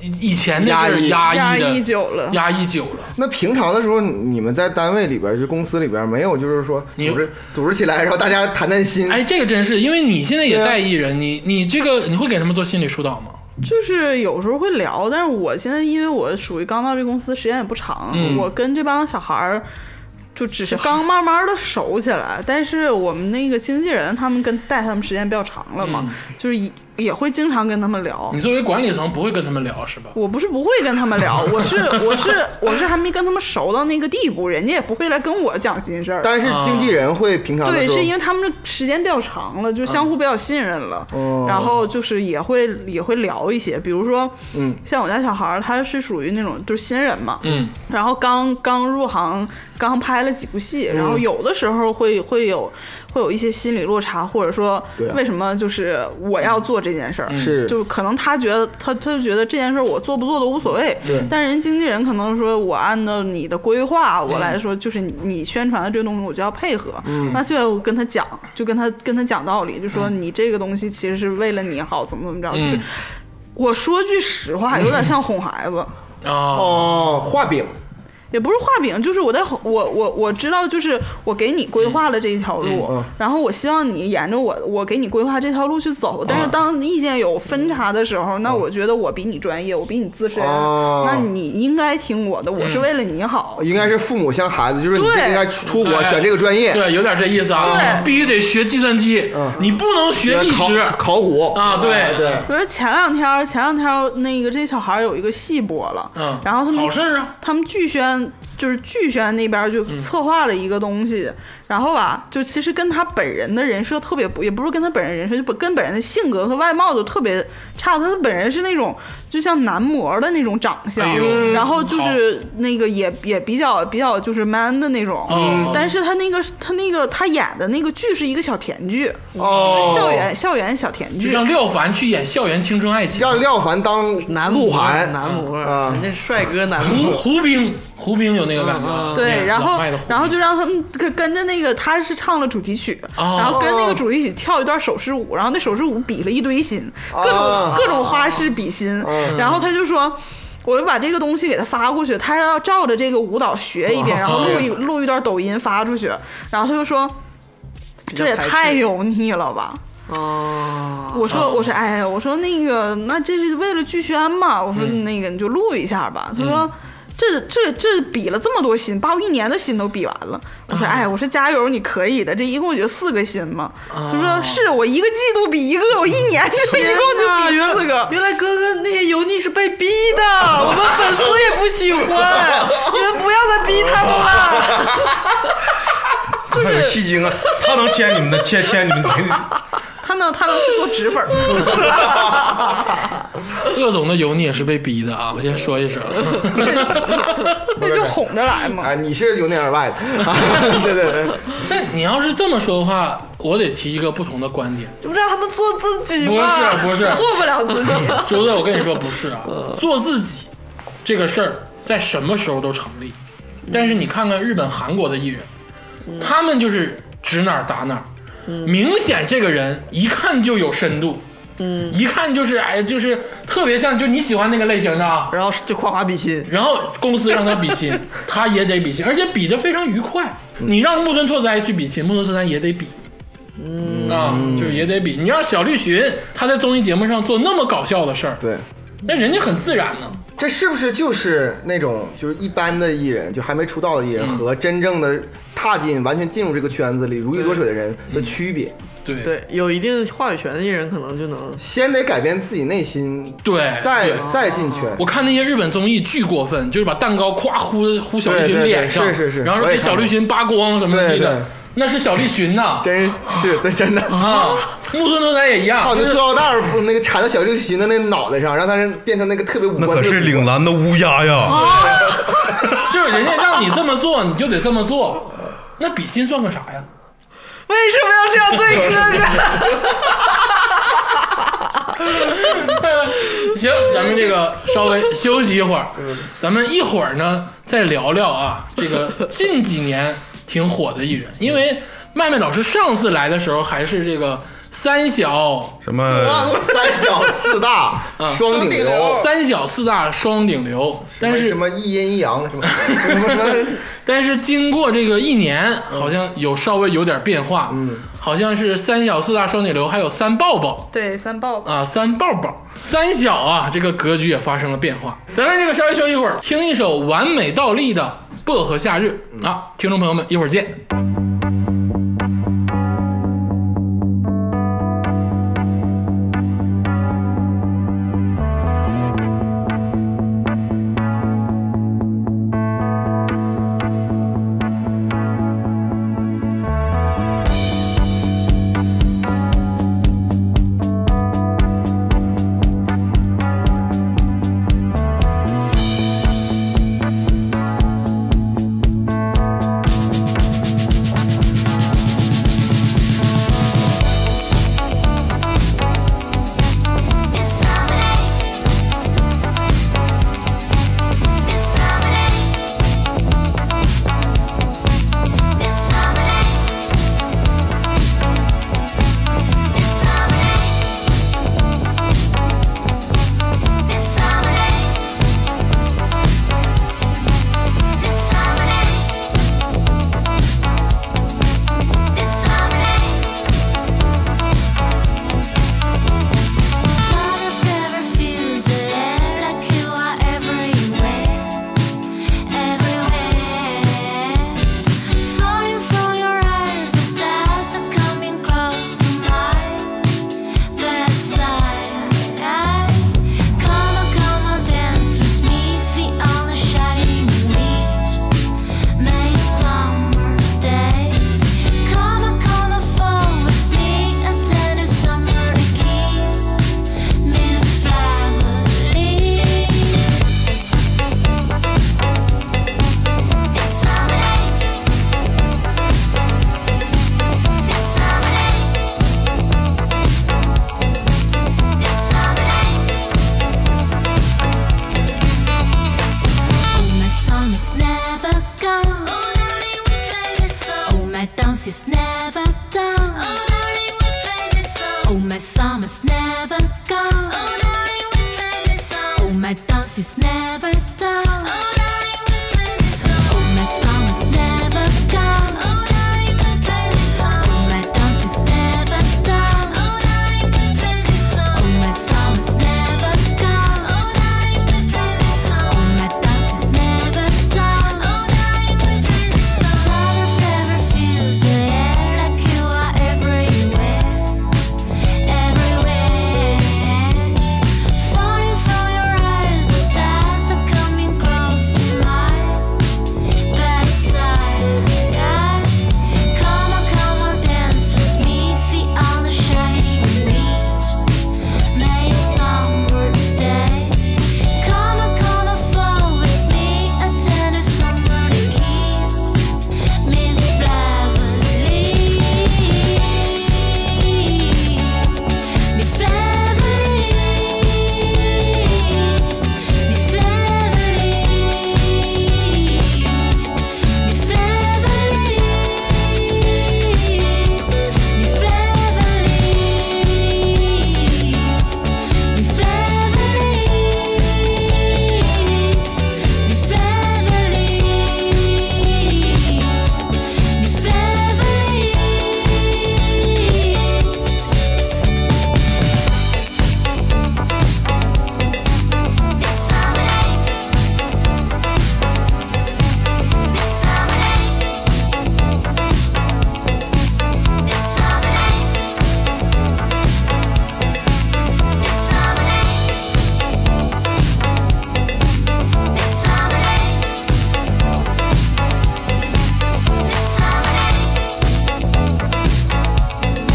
S1: 以以前那阵儿
S4: 压
S5: 压
S1: 抑的
S5: 抑久了。
S1: 压抑久了，
S4: 那平常的时候，你们在单位里边，就公司里边没有，就是说
S1: 你
S4: 组织组织起来，然后大家谈谈心。
S1: 哎，这个真是，因为你现在也
S4: 对啊
S1: 带艺人，你你这个你会给他们做心理疏导吗？
S5: 就是有时候会聊，但是我现在因为我属于刚到这公司时间也不长，
S1: 嗯
S5: 我跟这帮小孩儿就只是刚慢慢的熟起来。但是我们那个经纪人他们跟带他们时间比较长了嘛，
S1: 嗯
S5: 就是也也会经常跟他们聊。
S1: 你作为管理层不会跟他们聊是吧？
S5: 我不是不会跟他们聊，我是我是我是还没跟他们熟到那个地步，人家也不会来跟我讲心事儿。
S4: 但是经纪人会平常的
S5: 对，
S4: 时候，
S5: 是因为他们嗯时间比较长了，就相互比较信任了，
S4: 哦
S5: 然后就是也会也会聊一些，比如说，
S4: 嗯，
S5: 像我家小孩儿，他是属于那种就是新人嘛，
S1: 嗯，
S5: 然后刚刚入行，刚拍了几部戏，
S4: 嗯
S5: 然后有的时候会会有会有一些心理落差，或者说
S4: 对啊嗯
S5: 为什么就是我要做这件事儿，
S4: 是
S5: 就可能他觉得他他就觉得这件事儿我做不做都无所谓，但人经纪人可能说我按照你的规划我来说，就是你你宣传的这个东西我就要配合，
S4: 嗯
S5: 那就要跟他讲，就跟他跟他讲道理，就说你这个东西其实是为了你好，怎么怎么着，就是
S1: 嗯
S5: 我说句实话，有点像哄孩子。
S1: 啊，
S4: 哦，画饼，
S5: 也不是画饼，就是我在我我我知道，就是我给你规划了这一条路，
S4: 嗯嗯
S5: 然后我希望你沿着我我给你规划这条路去走。但是当意见有分歧的时候，那我觉得我比你专业，我比你资深，
S1: 啊
S4: 哦
S5: 那你应该听我的，我
S1: 嗯
S5: 是为了你好。
S4: 应该是父母像孩子，就是你
S5: 对
S4: 这个应该出国
S1: 哎
S4: 选这个专业，
S1: 对，有点这意思啊，
S5: 对
S1: 必须得学计算机，你不能学历
S4: 考
S1: 史
S4: 考古
S1: 啊对
S4: 哎对，
S5: 比如前两天，前两天那个这小孩有一个戏播了，
S1: 嗯
S5: 然后他们
S1: 好事儿啊，
S5: 他们剧宣们就是剧宣那边
S1: 嗯
S5: 就策划了一个东西，然后啊，就其实跟他本人的人设特别不，也不是跟他本人人设，就本跟本人的性格和外貌都特别差。他本人是那种就像男模的那种长相，
S1: 哎呦嗯
S5: 然后就是那个也也比较比较就是 man 的那种，
S1: 哦
S5: 但是他那个他那个他演的那个剧是一个小甜剧，
S4: 哦，
S5: 校园校园小甜
S1: 就
S5: 剧，
S1: 让廖凡去演校园青春爱情。
S4: 让廖凡当
S2: 男模
S4: 鹿晗，
S2: 男模，
S4: 啊
S2: 人家帅哥男
S1: 胡
S2: 模，
S1: 胡兵，胡兵有那个感
S5: 嗯
S1: 觉啊，那
S5: 对，
S1: 个
S5: 然
S1: 老
S5: 后
S1: 迈的胡
S5: 然后
S1: 兵
S5: 就让他们跟跟着那个，他是唱了主题曲，
S1: 哦
S5: 然后跟那个主题曲跳一段手势舞，然后那手势舞比了一堆心，各种、
S4: 哦
S5: 各种花式比心，然后他就说。我就把这个东西给他发过去，他要照着这个舞蹈学一遍，然后录一录一段抖音发出去，然后他就说，这也太油腻了吧！
S2: 哦，
S5: 我说我说哎呀，我说那个那这是为了剧宣嘛？我说
S2: 嗯
S5: 那个你就录一下吧。他说。这这这比了这么多心，把我一年的心都比完了。我
S2: 啊
S5: 说，哎，我说加油，你可以的。这一共也就四个心嘛。
S2: 啊
S5: 他说是我一个季度比一个，我一年就一共就比四个。
S2: 原来哥哥那些油腻是被逼的，我们粉丝也不喜欢，你们不要再逼他们了。
S3: 还有戏精啊，他能签你们的，签签 你们的。
S5: 他能他能去做脂粉儿，
S1: 鄂总的油腻也是被逼的啊，我先说一 声。
S5: 那就哄着来
S2: 哎
S5: 嘛。
S4: 啊，你是有内而外的， 对对对，
S1: 但你要是这么说的话，我得提一个不同的观点。
S2: 就让他们做自己
S1: 不
S2: 吧。
S1: 是不是，
S5: 做不了自己，
S1: 周队，我跟你说不是啊，做自己这个事儿在什么时候都成立，但是你看看日本、韩国的艺人，他们就是指哪儿打哪儿，明显这个人一看就有深度，嗯，一看就是哎，就是特别像就你喜欢那个类型的啊。
S2: 然后就夸夸比心，
S1: 然后公司让他比 心，他也得比心，而且比得非常愉快。你让木村拓哉去比心，木村拓哉也得比，嗯啊，就是也得比。你让小绿旬他在综艺节目上做那么搞笑的事儿，
S4: 对。
S1: 那人家很自然呢。
S4: 这是不是就是那种就是一般的艺人，就还没出道的艺
S5: 嗯
S4: 人和真正的踏进完全进入这个圈子里如鱼得水的人的区别？
S1: 对
S2: 对，有一定话语权的艺人可能就能
S4: 先得改变自己内心，
S1: 对
S4: 再
S1: 对
S4: 再进圈
S1: 我。看那些日本综艺巨过分，就是把蛋糕夸呼呼小绿
S4: 对对
S1: 旬
S4: 对
S1: 脸上，
S4: 是是是
S1: 然后说
S4: 我
S1: 给
S4: 也看
S1: 小绿
S4: 过
S1: 旬扒光什么的，
S4: 对对
S1: 那是小绿旬呐
S4: 真是是对真的，
S1: 啊，木村拓哉也一样
S4: 还，有那塑料袋儿不那个缠到小绿裙的那脑袋上，让他变成那个特别五
S3: 那
S4: 官
S3: 可
S4: 特
S3: 是
S4: 别古
S3: 岭
S4: 怪
S3: 南的乌鸦呀！
S1: 就是人家让你这么做，你就得这么做，那比心算个啥呀？
S2: 为什么要这样对哥
S1: 行，咱们这个稍微休息一会儿，
S4: 嗯
S1: 咱们一会儿呢再聊聊啊，这个近几年挺火的艺人，因为麦麦老师上次来的时候还是这个三小
S4: 哦
S3: 什么？
S4: 三小四大双顶流，
S1: 三小四大双顶流，但是
S4: 什么一阴一阳什么什么什么，
S1: 但是经过这个一年，
S4: 嗯
S1: 好像有稍微有点变化，嗯，好像是三小四大双顶流，还有三抱
S4: 嗯
S1: 抱，
S5: 对，三抱抱。
S1: 啊，三抱抱，三小啊，这个格局也发生了变化。咱们这个稍微休息一会儿，听一首完美倒立的《薄荷夏日》啊，听众朋友们，一会儿见。
S6: 我 My dance is never done. Oh, darling, we play this song. Oh, my summer's never gone. Oh, darling, we play this song. Oh, my dance is never done. Oh, darling, we play this song. Oh, my summer's never gone. Oh, darling, we play this song. Oh, my dance is never done. Oh, darling, we play this song. Oh, my summer's never gone. Oh, darling, we play this song. Oh, my dance is never done. Oh, darling, we play this song. Sort of ever feels the air like you are everywhere. Everywhere, falling from your eyes, the stars are coming close to my bedside. Come on, come on, dance with me, feet on the shining leaves. May summer stay. Come on, come on, fall with me, a tender summer kiss. Me flavorly. Me flavorly. Me flavorly. Me flavorly. Me flavorly. Me flavorly. Me flavorly. Me flavorly.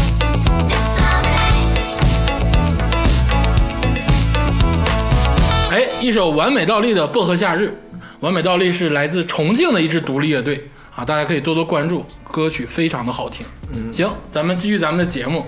S6: Thank you
S1: 哎，一首完美倒立的《薄荷夏日》，完美倒立是来自重庆的一支独立乐队啊，大家可以多多关注，歌曲非常的好听。行，咱们继续咱们的节目。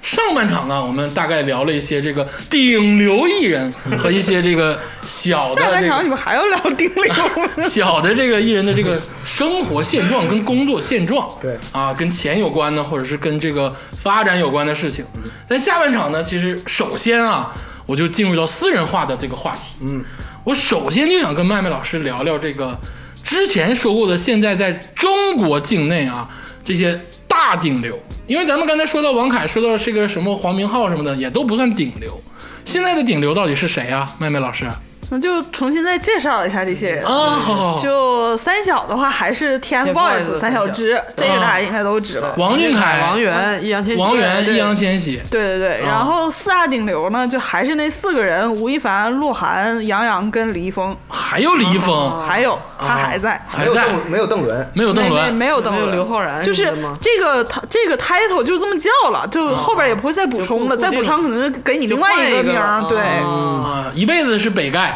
S1: 上半场啊，我们大概聊了一些这个顶流艺人和一些这个小的
S5: 下半
S1: 这
S5: 场你
S1: 个
S5: 们还要聊丁玲 吗？
S1: 小的这个艺人的这个生活现状跟工作现状，
S4: 对
S1: 啊，跟钱有关的，或者是跟这个发展有关的事情。但下半场呢，其实首先啊，我就进入到私人化的这个话题，嗯，我首先就想跟麦麦老师聊聊这个之前说过的，现在在中国境内啊这些大顶流，因为咱们刚才说到王凯，说到这个什么黄明昊什么的，也都不算顶流。现在的顶流到底是谁啊？麦麦老师啊，
S5: 那就重新再介绍一下这些
S2: 啊
S5: 人。
S1: 好好
S5: 哦
S1: 好，
S5: 就三小的话，还是 TFBOYS 三小哦只，这个大家应该都知道。
S1: 王俊凯、
S2: 王源、易烊千玺、
S1: 王源、易烊千玺，
S5: 对对对，然后四大顶流呢，就还是那四个人：吴亦凡、鹿晗、杨洋跟李易峰，
S1: 还有李易峰，啊
S5: 还有他还在。
S4: 没
S1: 还
S4: 有
S1: 在，
S4: 邓没有邓伦，
S1: 没有邓
S5: 哦没没
S1: 伦，
S5: 没有邓
S2: 没有
S5: 伦，
S2: 刘昊然
S5: 就是
S2: 什么的吗
S5: 这个他这个 title 就这么叫了，就后边也不会再补充了，
S2: 就固
S5: 再补充可能哦就给你另外
S2: 就换一个
S5: 名儿哦
S2: 了，
S5: 对
S1: 啊，一辈子是北丐，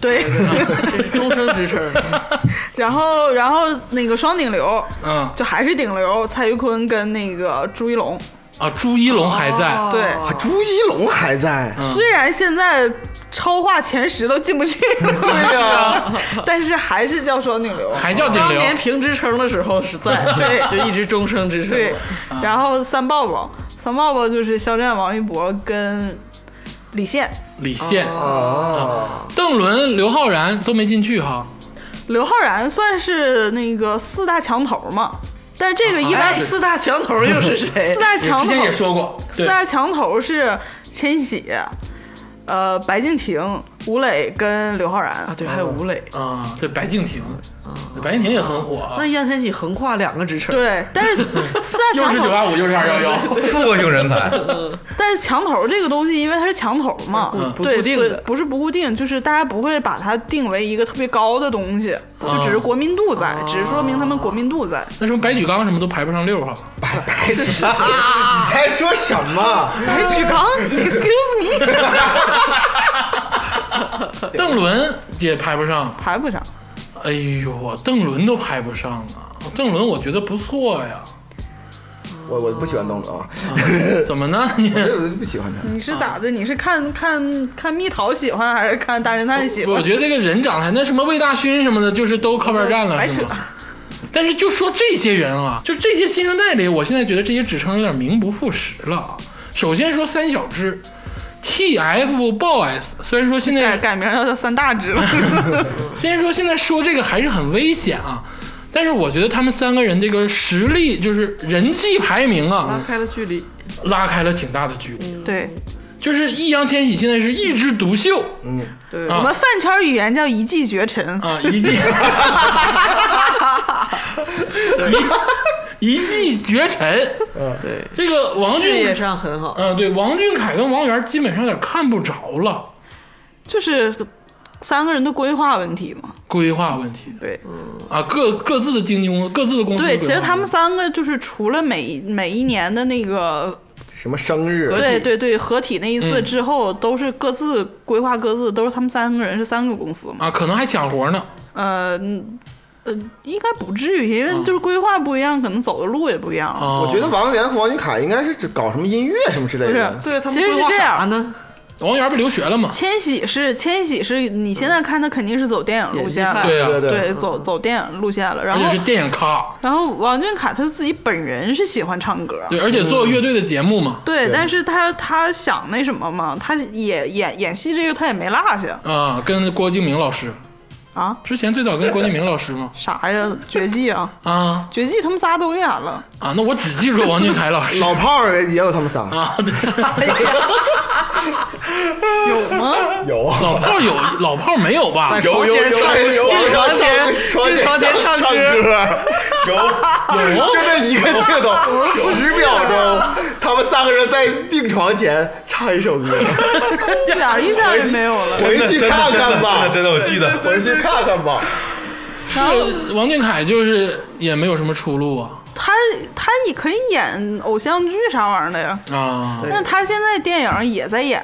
S5: 对。
S2: 这是终生职称。
S5: 然后然后那个双顶流，
S1: 嗯
S5: 就还是顶流，蔡徐坤跟那个朱一龙，
S1: 啊，朱一龙还在，
S2: 哦
S5: 对，
S4: 啊朱一龙还在，
S1: 嗯
S5: 虽然现在超话前十都进 不去
S4: 对
S5: 了，
S4: 呀，
S5: 但是还是叫双顶流。
S1: 还叫顶
S2: 当
S1: 流，
S2: 年评职称的时候是在，
S5: 对
S2: 就一直终生职称。
S5: 对，然
S1: 嗯
S5: 后三抱抱，三抱抱就是肖战、王一博跟李现。
S1: 李现、
S4: 哦啊，
S1: 邓伦、刘昊然都没进去哈，
S5: 刘昊然算是那个四大墙头嘛，但是这个一般、
S2: 哎，四大墙头又是谁
S5: 四？大
S1: 啊哎之
S5: 墙头
S1: 前也说过，
S5: 四
S1: 对，
S5: 大墙头是千玺，呃，白敬亭、吴磊跟刘昊然
S2: 啊，。对，还有吴磊。
S1: 啊，对，白敬亭，白敬亭也很火啊
S2: 那，易烊千玺横跨两个职称，
S5: 对，但是四 四大
S1: 又
S5: 墙
S1: 是九啊八
S5: 头，
S1: 五，又是二幺幺，
S3: 复合型人才，
S5: 但是墙头这个东西，因为它是墙头嘛，
S1: 嗯
S2: 不
S5: 对，
S2: 固定
S5: 所以
S2: 的
S5: 不是不固定，就是大家不会把它定为一个特别高的东西，
S1: 嗯
S5: 就只是国民度在，
S1: 哦
S5: 只是说明他们国民度在。
S1: 那什么白举纲什么都排不上六哈，
S4: 啊你在说什么？
S1: 嗯
S5: 白举纲，excuse me，
S1: 邓伦也排不上，
S5: 排不上。
S1: 哎呦，邓伦都排不上啊，邓伦我觉得不错呀，
S4: 我我不喜欢邓伦啊，
S1: 怎么呢？你
S4: 我就不喜欢他。
S5: 你是咋
S1: 嗯
S5: 的？你是看看看蜜桃喜欢，还是看大侦探喜欢？
S1: 我觉得这个人长得还那什么魏大勋什么的，就是都靠边站了，
S5: 白
S1: 是
S5: 扯
S1: 吗？但是就说这些人啊，就这些新生代里，我现在觉得这些职称有点名不副实了啊。首先说三小只，TF Boys，虽然说现
S5: 改
S1: 在
S5: 改名叫三大 只了。
S1: 虽然说现在说这个还是很危险啊，但是我觉得他们三个人这个实力，就是人气排名
S5: 拉
S1: 啊，
S5: 开了距离。
S1: 拉开了挺大的距离。
S5: 对，
S1: 就是易烊千玺现在是一枝独秀
S4: 嗯
S2: 对，
S5: 我们饭圈语言叫一骑绝尘。
S1: 啊，一骑一一骑绝尘。
S2: 对，
S1: 这个王
S2: 事业
S1: 俊，
S2: 上很好。
S1: 嗯、对，王俊凯跟王源基本上有点看不着了，
S5: 就是三个人的规划问题嘛。
S1: 规划问题
S5: 对
S1: 啊，各各自的经纪公司，各自的公司规划
S5: 对，
S1: 问
S5: 其
S1: 题。
S5: 实他们三个就是除了每每一年的那个，
S4: 什么生日？
S5: 对对对，合体那一次
S1: 嗯
S5: 之后，都是各自规划各自，都是他们三个人是三个公司嘛。
S1: 啊，可能还抢活呢。
S5: 呃嗯呃，应该不至于，因为就是规划不一样，可能走的路也不一样。
S1: 啊，
S4: 我觉得王源和王俊凯应该是只搞什么音乐什么之类的。
S2: 对他
S5: 其
S2: 们规
S5: 实是
S2: 划
S5: 这
S2: 啥
S5: 样
S2: 呢？
S1: 王源不留学了吗？
S5: 千玺是千玺是你现在看他肯定是走电影路线了，
S2: 演技派嗯
S1: 对呀、
S4: 对
S5: 对，走走电影路线了。然
S1: 而
S5: 后
S1: 且是电影
S4: 嗯
S1: 咖，
S5: 然后王俊凯他自己本人是喜欢唱歌，
S1: 对，而且做乐队的节目嘛，
S5: 对，
S4: 对
S5: 但是他他想那什么嘛，他也演演戏这个他也没落下
S1: 啊，跟郭敬明老师，
S5: 啊，
S1: 之前最早跟郭敬明老师嘛，
S5: 啥呀，绝技啊，
S1: 啊
S5: 绝技他们仨都演了，
S1: 啊，那我只记住王俊凯老师
S4: 老炮儿也有他们仨，
S1: 啊，对，
S5: 有吗？
S4: 有啊，
S1: 老炮儿有，老炮儿没有吧？
S4: 有有有有有，
S2: 床前
S4: 床
S2: 去床前
S4: 上
S2: 唱
S4: 唱
S2: 歌
S4: 有有，就那一个镜头，十秒钟，他们三个人在病床前唱一首歌，
S5: 一点印象也没有了。
S4: 回去看看吧，
S3: 真的，我记得。
S4: 回去看看吧。
S1: 是王俊凯就是也没有什么出路啊
S5: 他他也可以演偶像剧啥玩意儿的呀，
S1: 啊，
S5: 但是他现在电影也在演，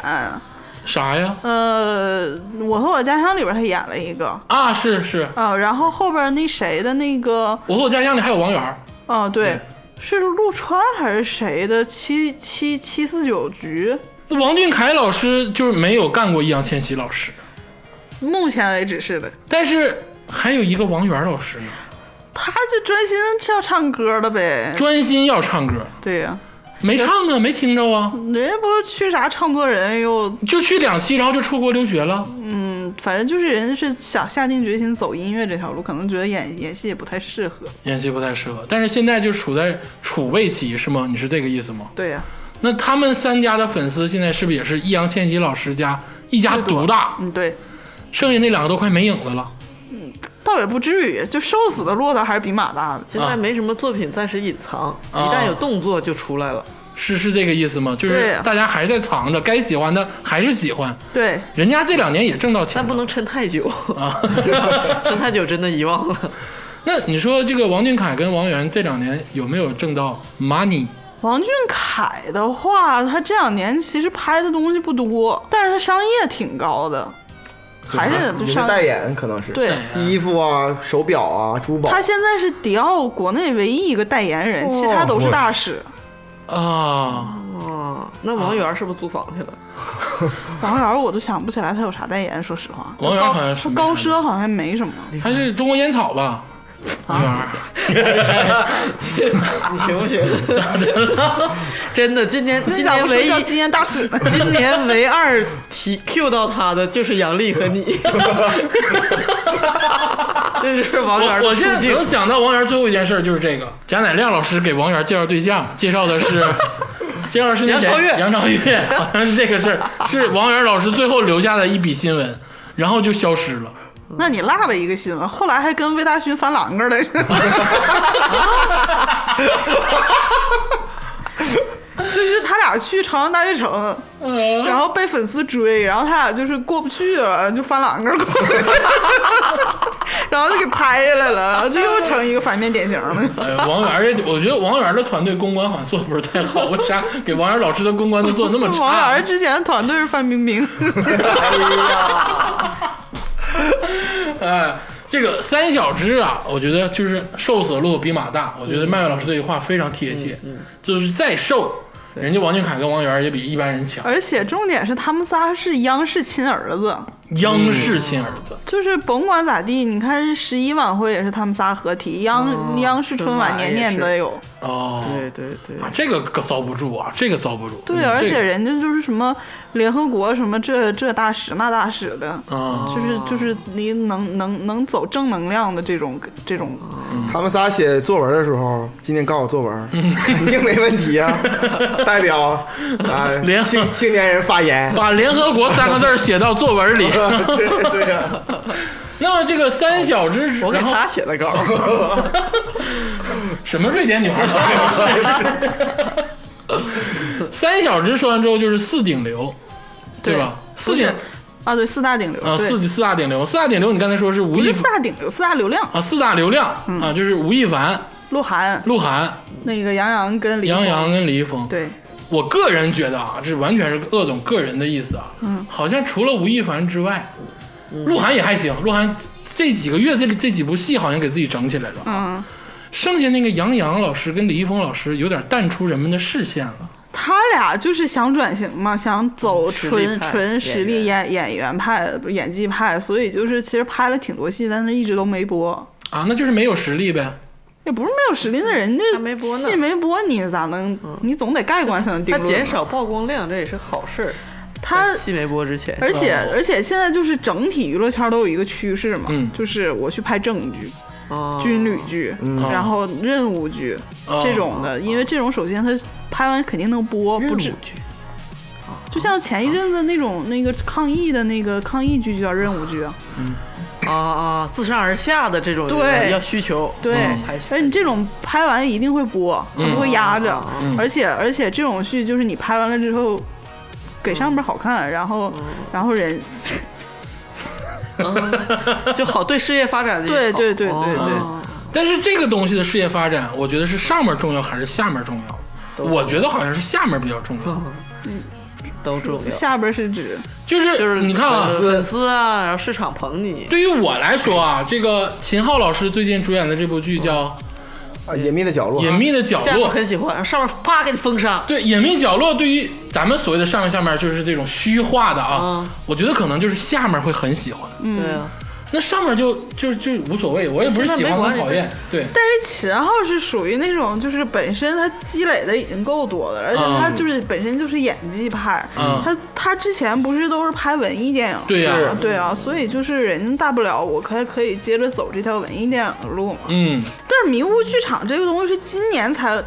S1: 啥呀？
S5: 呃，我和我家乡里边他演了一个，
S1: 啊，是是，
S5: 啊，然后后边那谁的那个，
S1: 我和我家乡里还有王源儿
S5: 啊，对
S1: 对，
S5: 是陆川还是谁的七七七四九局？
S1: 王俊凯老师就是没有干过易烊千玺老师，
S5: 目前为止是的，
S1: 但是还有一个王源老师呢，
S5: 他就专心要唱歌了呗。
S1: 专心要唱歌，
S5: 对呀、
S1: 没唱啊，没听着啊，
S5: 人家不是去啥唱作人又
S1: 就去两期，然后就出国留学了。
S5: 嗯，反正就是人家是想下定决心走音乐这条路，可能觉得演演戏也不太适合。
S1: 演戏不太适合，但是现在就处在储备期是吗？你是这个意思吗？
S5: 对呀、
S1: 那他们三家的粉丝现在是不是也是易烊千玺老师家一家独大，
S5: 嗯对，
S1: 剩下那两个都快没影子了？
S5: 倒也不至于，就瘦死的骆驼还是比马大的。
S2: 现在没什么作品，暂时隐藏，一
S1: 啊
S2: 旦有动作就出来了。
S1: 是是这个意思吗？就
S5: 对
S1: 是
S2: 啊
S5: 呀
S1: 大家还在藏着，该喜欢的还是喜欢，
S5: 对，
S1: 人家这两年也挣到钱
S2: 但不
S1: 了。
S2: 能撑太久 啊，撑太久真的遗忘了。
S1: 那你说这个王俊凯跟王源这两年有没有挣到 money？
S5: 王俊凯的话，他这两年其实拍的东西不多，但是他商业挺高的，还是
S4: 你是
S5: 商
S4: 代言可能是
S5: 对。
S4: 衣服啊、手表啊、珠宝
S5: 他，现在是迪奥国内唯一一个代言人，其他都是大使。
S1: 啊，
S2: 哦，那王源是不是租房去了？
S5: 王源我都想不起来他有啥代言，说实话。
S1: 王源
S5: 高
S1: 好像是没
S5: 高
S1: 啥
S5: 奢好像没什么，
S1: 还是中国烟草吧？
S2: 啊
S1: 王源
S2: 你行不 行？ 真的，今年今年唯
S5: 那咋不说叫
S2: 一
S5: 纪念大使呢？
S2: 今年唯二提 Q 到他的就是杨笠和 你，这是王源
S1: 我
S2: 的
S1: 我现在
S2: 处境
S1: 能。想到王源最后一件事儿就是这个，贾乃亮老师给王源介绍对象，介绍的是介绍的是那谁
S2: 杨超越
S1: 杨超越，好像是这个事儿，是王源老师最后留下的一笔新闻，然后就消失了。
S5: 那你落了一个新闻，后来还跟魏大勋翻栏杆来 着。就是他俩去朝阳大悦城，然后被粉丝追，然后他俩就是过不去了，就翻栏杆过去 了，然后就给拍下来了，然后就又成一个反面典 型了。
S1: 呃，王源这，我觉得王源的团队公关好像做的不是太好， 为啥给王源老师的公关都做的那么
S5: 王
S1: 差啊
S5: 源？之前的团队是范冰 冰，
S1: 哎，这个三小只啊，我觉得就是瘦死的骆驼比马大，我觉得麦麦老师这句话非常贴切，
S5: 嗯
S1: 就是再瘦，人家王俊凯跟王源也比一般人强。
S5: 而且重点是他们仨是央视亲儿子，
S1: 央视亲儿子，
S5: 就是甭管咋地，你看十一晚会也是他们仨合体，央、
S2: 哦
S5: 央视春晚
S2: 春晚
S5: 年
S2: 也
S5: 年
S2: 是
S5: 都有。
S1: 哦，
S2: 对对对，
S1: 啊，这个可遭不住啊，这个遭不住。
S5: 对，
S1: 嗯
S5: 而
S1: 这个
S5: 且人家就是什么联合国什么这这大使那大使的，
S1: 啊，
S5: 就是就是你能能能走正能量的这种这种，
S4: 他们仨写作文的时候，今天告我作文，肯定没问题啊！代表啊
S1: 联，合
S4: 青青年人发言，
S1: 把联合国三个字儿写到作文 里。
S4: 对对呀，
S1: 那么这个三小只，
S2: 我给
S1: 然后
S2: 他写的稿，
S1: 什么瑞典女孩儿？三小只说完之后就是四顶流，对吧？四顶
S5: 啊，对，四大顶流，
S1: 啊，
S5: 对，
S1: 四四大顶流，四大顶流，你刚才说是吴
S5: 不
S1: 亦
S5: 是
S1: 凡
S5: 四大顶流，四大流量，
S1: 啊，四大流量啊，就是吴亦凡、
S5: 鹿晗、
S1: 鹿晗、
S5: 那个杨洋跟李
S1: 杨
S5: 易峰，
S1: 洋跟李易峰。
S5: 对，
S1: 我个人觉得啊，这完全是鄂总个人的意思啊。嗯，好像除了吴亦凡之外，鹿晗也还行。鹿晗这几个月这这几部戏好像给自己整起来了，
S5: 嗯，
S1: 剩下那个杨洋老师跟李易峰老师有点淡出人们的视线了。
S5: 他俩就是想转型嘛，想走
S2: 嗯实力
S5: 纯
S2: 派
S5: 纯
S2: 演
S5: 实力演演员派、不是演技派，所以就是其实拍了挺多戏，但是一直都没播。
S1: 啊，那就是没有实力呗。
S5: 也不是没有实力的人，
S2: 还
S5: 那
S2: 没播呢嗯
S5: 戏没播，你咋能？你总得盖棺才能定
S2: 他
S5: 论嘛。
S2: 减少曝光量，这也是好事儿。
S5: 他
S2: 在戏没播之前，
S5: 而且
S1: 哦
S5: 而且现在就是整体娱乐圈都有一个趋势嘛，
S1: 嗯
S5: 就是我去拍正剧、
S2: 哦
S5: 军旅剧，然后任务剧、
S1: 哦
S5: 这种的，因为这种首先它拍完肯定能播，
S2: 任
S5: 不
S2: 务
S5: 止。
S2: 剧
S5: 就像前一阵子那种那个抗疫的那个抗疫剧就叫任务剧啊，
S2: 啊啊，自上而下的这种
S5: 对
S2: 要需求，
S5: 对
S2: 嗯拍，
S5: 而哎你这种拍完一定会播，它不
S2: 嗯
S5: 会压着，而且而且这种剧就是你拍完了之后，给上面好看，然后
S2: 嗯
S5: 然后人
S2: 就好对事业发展的也
S5: 对
S2: 好
S5: 对对对
S2: 哦
S5: 对
S1: 但是这个东西的事业发展，我觉得是上面重要还是下面重要？我觉得好像是下面比较重要。
S2: 都重要。
S5: 下边是指
S1: 就是
S2: 就是
S1: 你看啊，
S2: 粉丝粉丝啊，然后市场捧你，
S1: 对于我来说啊，这个秦昊老师最近主演的这部剧叫
S4: 啊隐秘的角落
S1: 《隐秘的角
S2: 下
S1: 落
S2: 面》。很喜欢，然后上面啪给你封上，
S1: 对，隐秘角落对于咱们所谓的上面下面就是这种虚化的啊
S2: 嗯，
S1: 我觉得可能就是下面会很喜欢，
S5: 嗯
S2: 对啊，
S1: 那上面就就就无所谓，我也不是喜欢和讨厌，对
S5: 但是秦昊是属于那种，就是本身他积累的已经够多了，而
S4: 嗯
S5: 且他就是本身就是演技派，
S1: 嗯
S5: 他他之前不是都是拍文艺电影，
S1: 对呀、
S5: 啊对啊，所以就是人家大不了我可以可以接着走这条文艺电影的路嘛。
S1: 嗯，
S5: 但是迷雾剧场这个东西是今年才。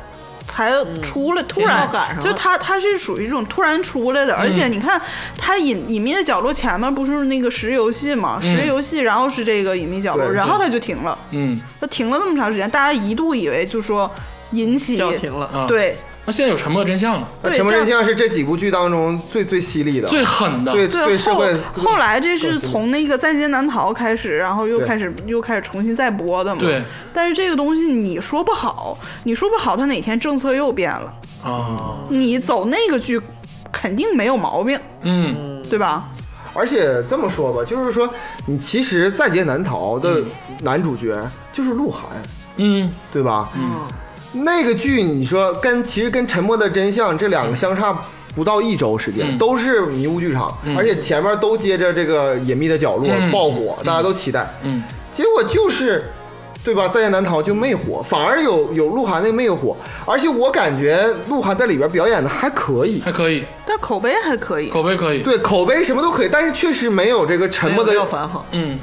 S5: 才出来，突
S2: 前
S5: 然
S2: 头赶上
S5: 就
S2: 了
S5: 他他是属于这种突然出来的，而且你
S4: 嗯
S5: 看他隐隐秘的角落前面不是那个十游戏嘛，十游戏，然后是这个隐秘角落，
S4: 嗯对
S5: 然后他就停了。
S1: 嗯
S5: 它停了那么长时间，大家一度以为就说引起
S2: 叫停了。
S1: 啊，。
S5: 对
S1: 那现在有沉默真相了，
S4: 那
S5: 对
S4: 沉默啊
S5: 这
S4: 真相是这几部剧当中最最犀利的，
S1: 最狠的，
S4: 对对社
S5: 后
S4: 会
S5: 后来这是从那个《在劫难逃》开始，然后又
S4: 对
S5: 开始又开始重新再播的嘛。
S1: 对。
S5: 但是这个东西你说不好，你说不好，它哪天政策又变了，
S1: 啊，
S5: 你走那个剧肯定没有毛病，
S1: 嗯，
S5: 对吧？
S4: 而且这么说吧，就是说你其实在劫难逃的男主角就是鹿晗，
S1: 嗯，
S4: 对吧？嗯，那个剧你说跟其实跟《沉默的真相》这两个相差。不到一周时间，
S1: 嗯
S4: 都是迷雾剧场，而且前面都接着这个隐秘的角落
S1: 嗯
S4: 爆火，大家都期待。
S1: 嗯，
S4: 结果就是，对吧？在劫难逃就没火，反而有有鹿晗那个没有火，而且我感觉鹿晗在里边表演的还可以，
S1: 还可以，
S5: 但口碑还可以。
S1: 口碑可以，
S4: 对口碑什么都可以，但是确实没有这个沉默的
S2: 要反好，
S1: 嗯，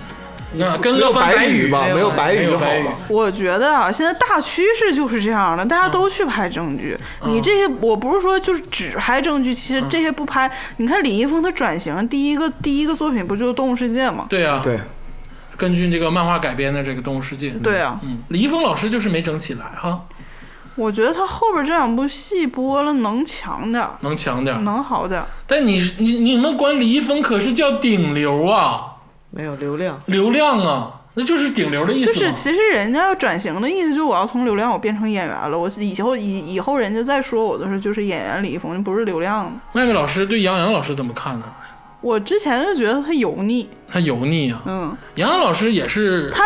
S1: 那跟
S4: 没
S1: 乐
S4: 有
S1: 翻
S4: 白
S1: 宇
S4: 吧，
S2: 没有
S4: 没有白
S1: 没
S4: 宇
S1: 有
S4: 就好
S1: 白宇
S4: 了。
S5: 我觉得啊，现在大趋势就是这样的，大家都去拍正剧。
S1: 嗯
S5: 你这些，我不是说就是只拍正剧，其实这些不拍。你看李易峰他转型第一个第一个作品不就是《动物世界》吗？
S1: 对啊，
S4: 对，
S1: 根据这个漫画改编的这个《动物世界》，
S5: 对啊，
S1: 嗯，李易峰老师就是没整起来哈，
S5: 我觉得他后边这两部戏播了能强点儿，
S1: 能强点儿，
S5: 能好点儿。
S1: 但你你你们管李易峰可是叫顶流啊，
S2: 没有流量，
S1: 流量啊，那就是顶流的意思
S5: 就
S1: 嘛。
S5: 是其实人家要转型的意思，就是我要从流量我变成演员了。我以后以以后人家再说我的时候，就是演员李易峰，不是流量了。
S1: 麦麦老师对杨洋老师怎么看呢？
S5: 我之前就觉得他油腻，
S1: 他油腻啊，
S5: 嗯，
S1: 杨洋老师也是
S5: 他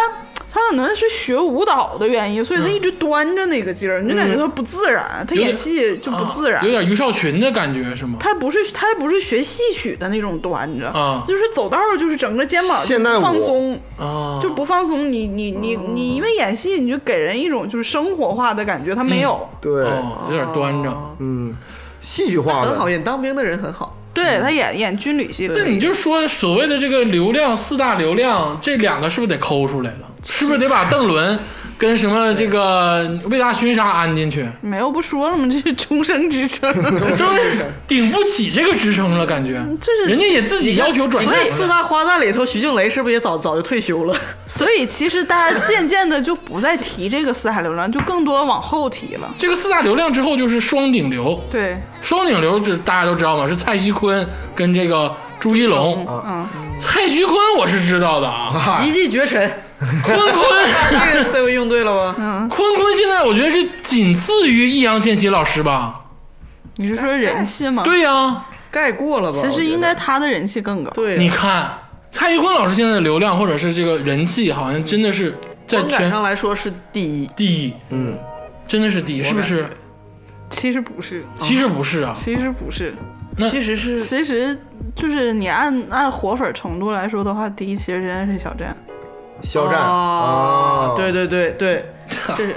S5: 他可能是学舞蹈的原因，所以他一直端着那个劲儿，你就感觉他不自然，他
S1: 嗯有点
S5: 演戏就不自然
S1: 啊有。点于少群的感觉是吗？
S5: 他不是他不是学戏曲的那种端着，
S1: 啊
S5: 就是走道儿就是整个肩膀
S4: 现代舞
S5: 放松，
S1: 啊，
S5: 就不放松。你你你你因为演戏，你就给人一种就是生活化的感觉，他没有，
S4: 对，
S1: 哦，有点端着。
S4: 嗯，戏剧化
S2: 很好，
S4: 的，
S2: 演当兵的人很好。
S1: 嗯
S5: 对他演演军旅戏，
S1: 那你就说所谓的这个流量四大流量，这两个是不是得抠出来了？是不是得把邓伦跟什么这个魏大勋啥安进去？
S5: 没有不说了吗？这是终生之称，
S1: 真是顶不起这个职称了，感觉。
S5: 这是
S1: 人家也自己要求转型
S2: 所以四
S1: 了。
S2: 大花旦里头，徐静蕾是不是也早早就退休了？
S5: 所以其实大家渐渐的就不再提这个四海流量，就更多往后提了。
S1: 这个四大流量之后就是双顶流，
S5: 对，
S1: 双顶流这大家都知道嘛，是蔡徐坤跟这个朱一龙。
S5: 嗯，
S1: 蔡徐坤我是知道的啊，
S2: 一骑绝尘，
S1: 坤坤
S2: 这个词汇用对了
S5: 嗯
S2: 吗？
S1: 坤坤现在我觉得是仅次于易烊千玺老师吧？
S5: 你是说人气吗？，
S1: 对呀、
S2: 盖过了吧？
S5: 其
S2: 我觉
S5: 实
S2: 得
S5: 应该他的人气更高。
S2: 对，啊
S1: 你看蔡徐坤老师现在的流量或者是这个人气，好像真的是在
S2: 观感
S1: 全
S2: 上来说是第一，
S1: 第一，
S4: 嗯，
S1: 真的是第一，是不是？
S2: 嗯
S5: 其实不是，
S1: 其实不是啊，
S5: 其实不是，
S1: 那
S2: 其实是
S5: 其实就是你按按活粉程度来说的话，第一其实真的是 小站。
S4: 肖战
S2: 啊，对对对对，这 是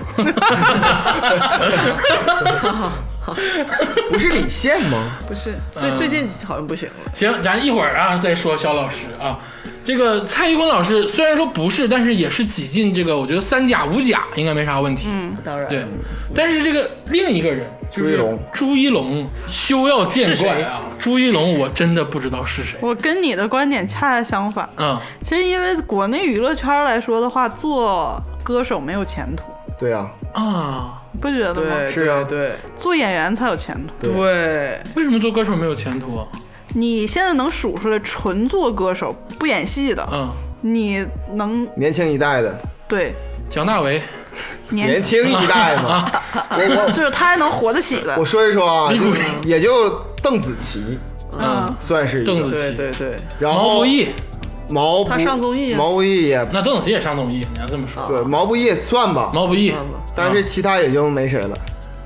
S4: 不是李现吗？
S2: 不是最最近好像不行了，
S1: 行，咱一会儿啊再说肖老师啊。这个蔡徐坤老师虽然说不是，但是也是挤进这个，我觉得三甲五甲应该没啥问题。嗯，
S2: 当然
S1: 对。但是这个另一个人就是
S4: 朱一龙
S1: 朱一龙休要见怪啊！朱一龙我真的不知道是谁。
S5: 我跟你的观点恰恰相反。
S1: 嗯，
S5: 其实因为国内娱乐圈来说的话，做歌手没有前途，
S4: 对啊，
S2: 哦
S1: 啊，
S5: 不觉得吗？
S2: 对，
S4: 是啊
S2: 对
S5: 做演员才有前途。
S2: 对对，
S1: 为什么做歌手没有前途啊？
S5: 你现在能数出来纯做歌手不演戏的，
S1: 嗯，
S5: 你能
S4: 年轻一代的，
S5: 对
S1: 蒋大为、
S5: 年
S4: 年轻一代嘛，我
S5: 就是他还能活 得起
S4: 我我
S5: 的，
S4: 说一说啊，
S1: 李
S4: 就
S1: 谷
S4: 是也就邓紫棋
S1: 嗯，
S4: 算是一
S1: 邓紫
S4: 个，
S1: 棋
S2: 对对对，
S4: 然后
S1: 毛不易，
S4: 毛不
S2: 他上综艺啊
S4: 毛不易也
S1: 那邓紫棋也上综艺，你要这么说，
S4: 对，毛不易也算吧，
S1: 毛不易，
S2: 算吧
S4: 但是其他也就没谁了，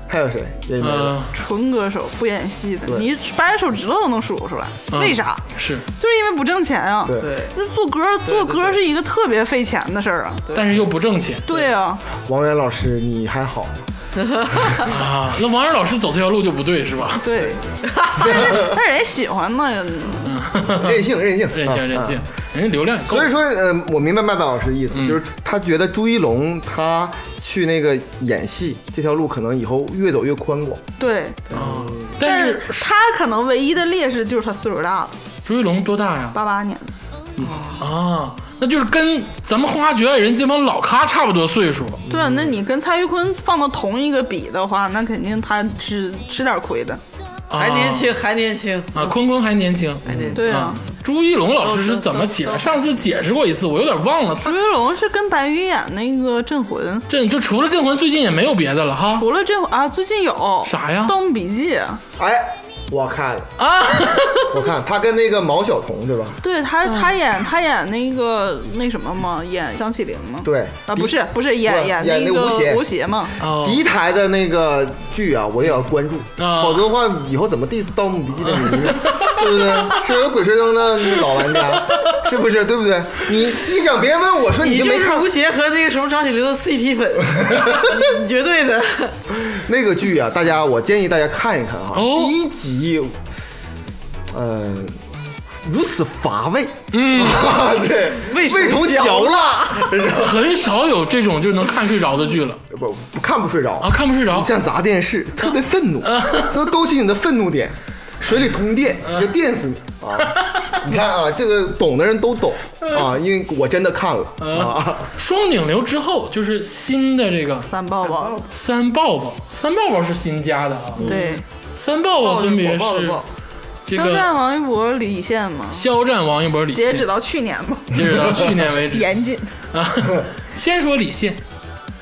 S4: 还有谁也没了。
S1: 嗯，
S5: 纯歌手不演戏的，
S4: 对
S5: 你掰着手指头都能数出来，
S1: 嗯
S5: 为啥？
S1: 是，
S5: 就是因为不挣钱啊。
S4: 对
S2: 对
S5: 就做歌，做歌是一个特别费钱的事儿啊。
S1: 但是又不挣钱
S5: 对啊，
S4: 王源老师，你还好吗？
S1: 啊。那王源老师走这条路就不对，是吧？
S5: 对，但是但是人家喜欢呢，
S4: 任性，任性，
S1: 任性
S4: 啊
S1: 任。性嗯
S4: 啊，
S1: 人家流量也够
S4: 所以。说，呃，我明白麦麦老师的意思，就是他觉得朱一龙他去那个演戏这条路，可能以后越走越宽广。
S5: 对。
S1: 啊，
S5: 但
S1: 但
S5: 是
S1: 是
S5: 他可能唯一的劣势就是他岁数大了，
S1: 朱一龙多大呀？
S5: 八八年的，
S1: 啊，那就是跟咱们花局爱人这帮老咖差不多岁数。
S5: 对啊，那你跟蔡徐坤放到同一个比的话，那肯定他吃吃点亏的。
S1: 啊
S2: 还年轻还年轻，
S1: 啊，坤坤还年轻。
S5: 对啊
S1: 啊，，朱一龙老师是怎么起来？上次解释过一次，我有点忘了。他
S5: 朱一龙是跟白宇演那个《镇魂》，
S1: 这就除了镇魂，最近也没有别的了哈。
S5: 除了镇魂啊，最近有
S1: 啥呀
S5: 《盗墓笔记》，啊
S4: 哎，我看了，
S1: 啊，
S4: 我看他跟那个毛晓彤对吧？
S5: 对他
S1: 嗯
S5: 他演他演那个那什么嘛，演张起灵嘛。
S4: 对
S5: 啊，不是不是
S4: 对
S5: 演演
S4: 演那
S5: 个
S4: 吴邪
S5: 吴邪嘛，
S1: 哦
S4: 第一台的那个剧啊，我也要关注，
S1: 啊
S4: 否则的话以后怎么 diss《盗墓笔记》的名字，对不对？身为鬼吹灯的老玩家，是不是？对不对？你一整别人问我说
S2: 你
S4: 就
S2: 就
S4: 没
S2: 是
S4: 看
S2: 吴邪和那个什么张起灵的 CP 粉，你绝对的，
S4: 那个剧啊，大家我建议大家看一看哈，
S1: 哦
S4: 第一集，呃，如此乏味，
S1: 嗯，
S4: 对，
S2: 味同
S4: 味同嚼蜡，
S1: 很少有这种就能看睡着的剧了
S4: 不不看不睡着
S1: 啊，看不睡着。
S4: 像砸电视，特别愤怒，
S1: 嗯
S4: 都勾起你的愤怒点，水里通电，就电死
S1: 嗯
S4: 你啊！你看啊，这个懂的人都懂啊，因为我真的看了
S1: 嗯
S4: 啊，
S1: 双顶流之后就是新的这个
S5: 三抱抱，
S1: 三抱抱，三抱抱是新加的啊。
S5: 对，
S1: 三抱抱分别
S2: 爆了
S1: 是
S2: 爆，
S1: 这
S5: 肖战、
S1: 个
S5: 王一博、李现嘛，
S1: 肖战、王一博、李
S5: 截
S1: 现，
S5: 止到去年 嘛，
S1: 截止到去年为 止。
S5: 严谨。
S1: 啊， 先说李现。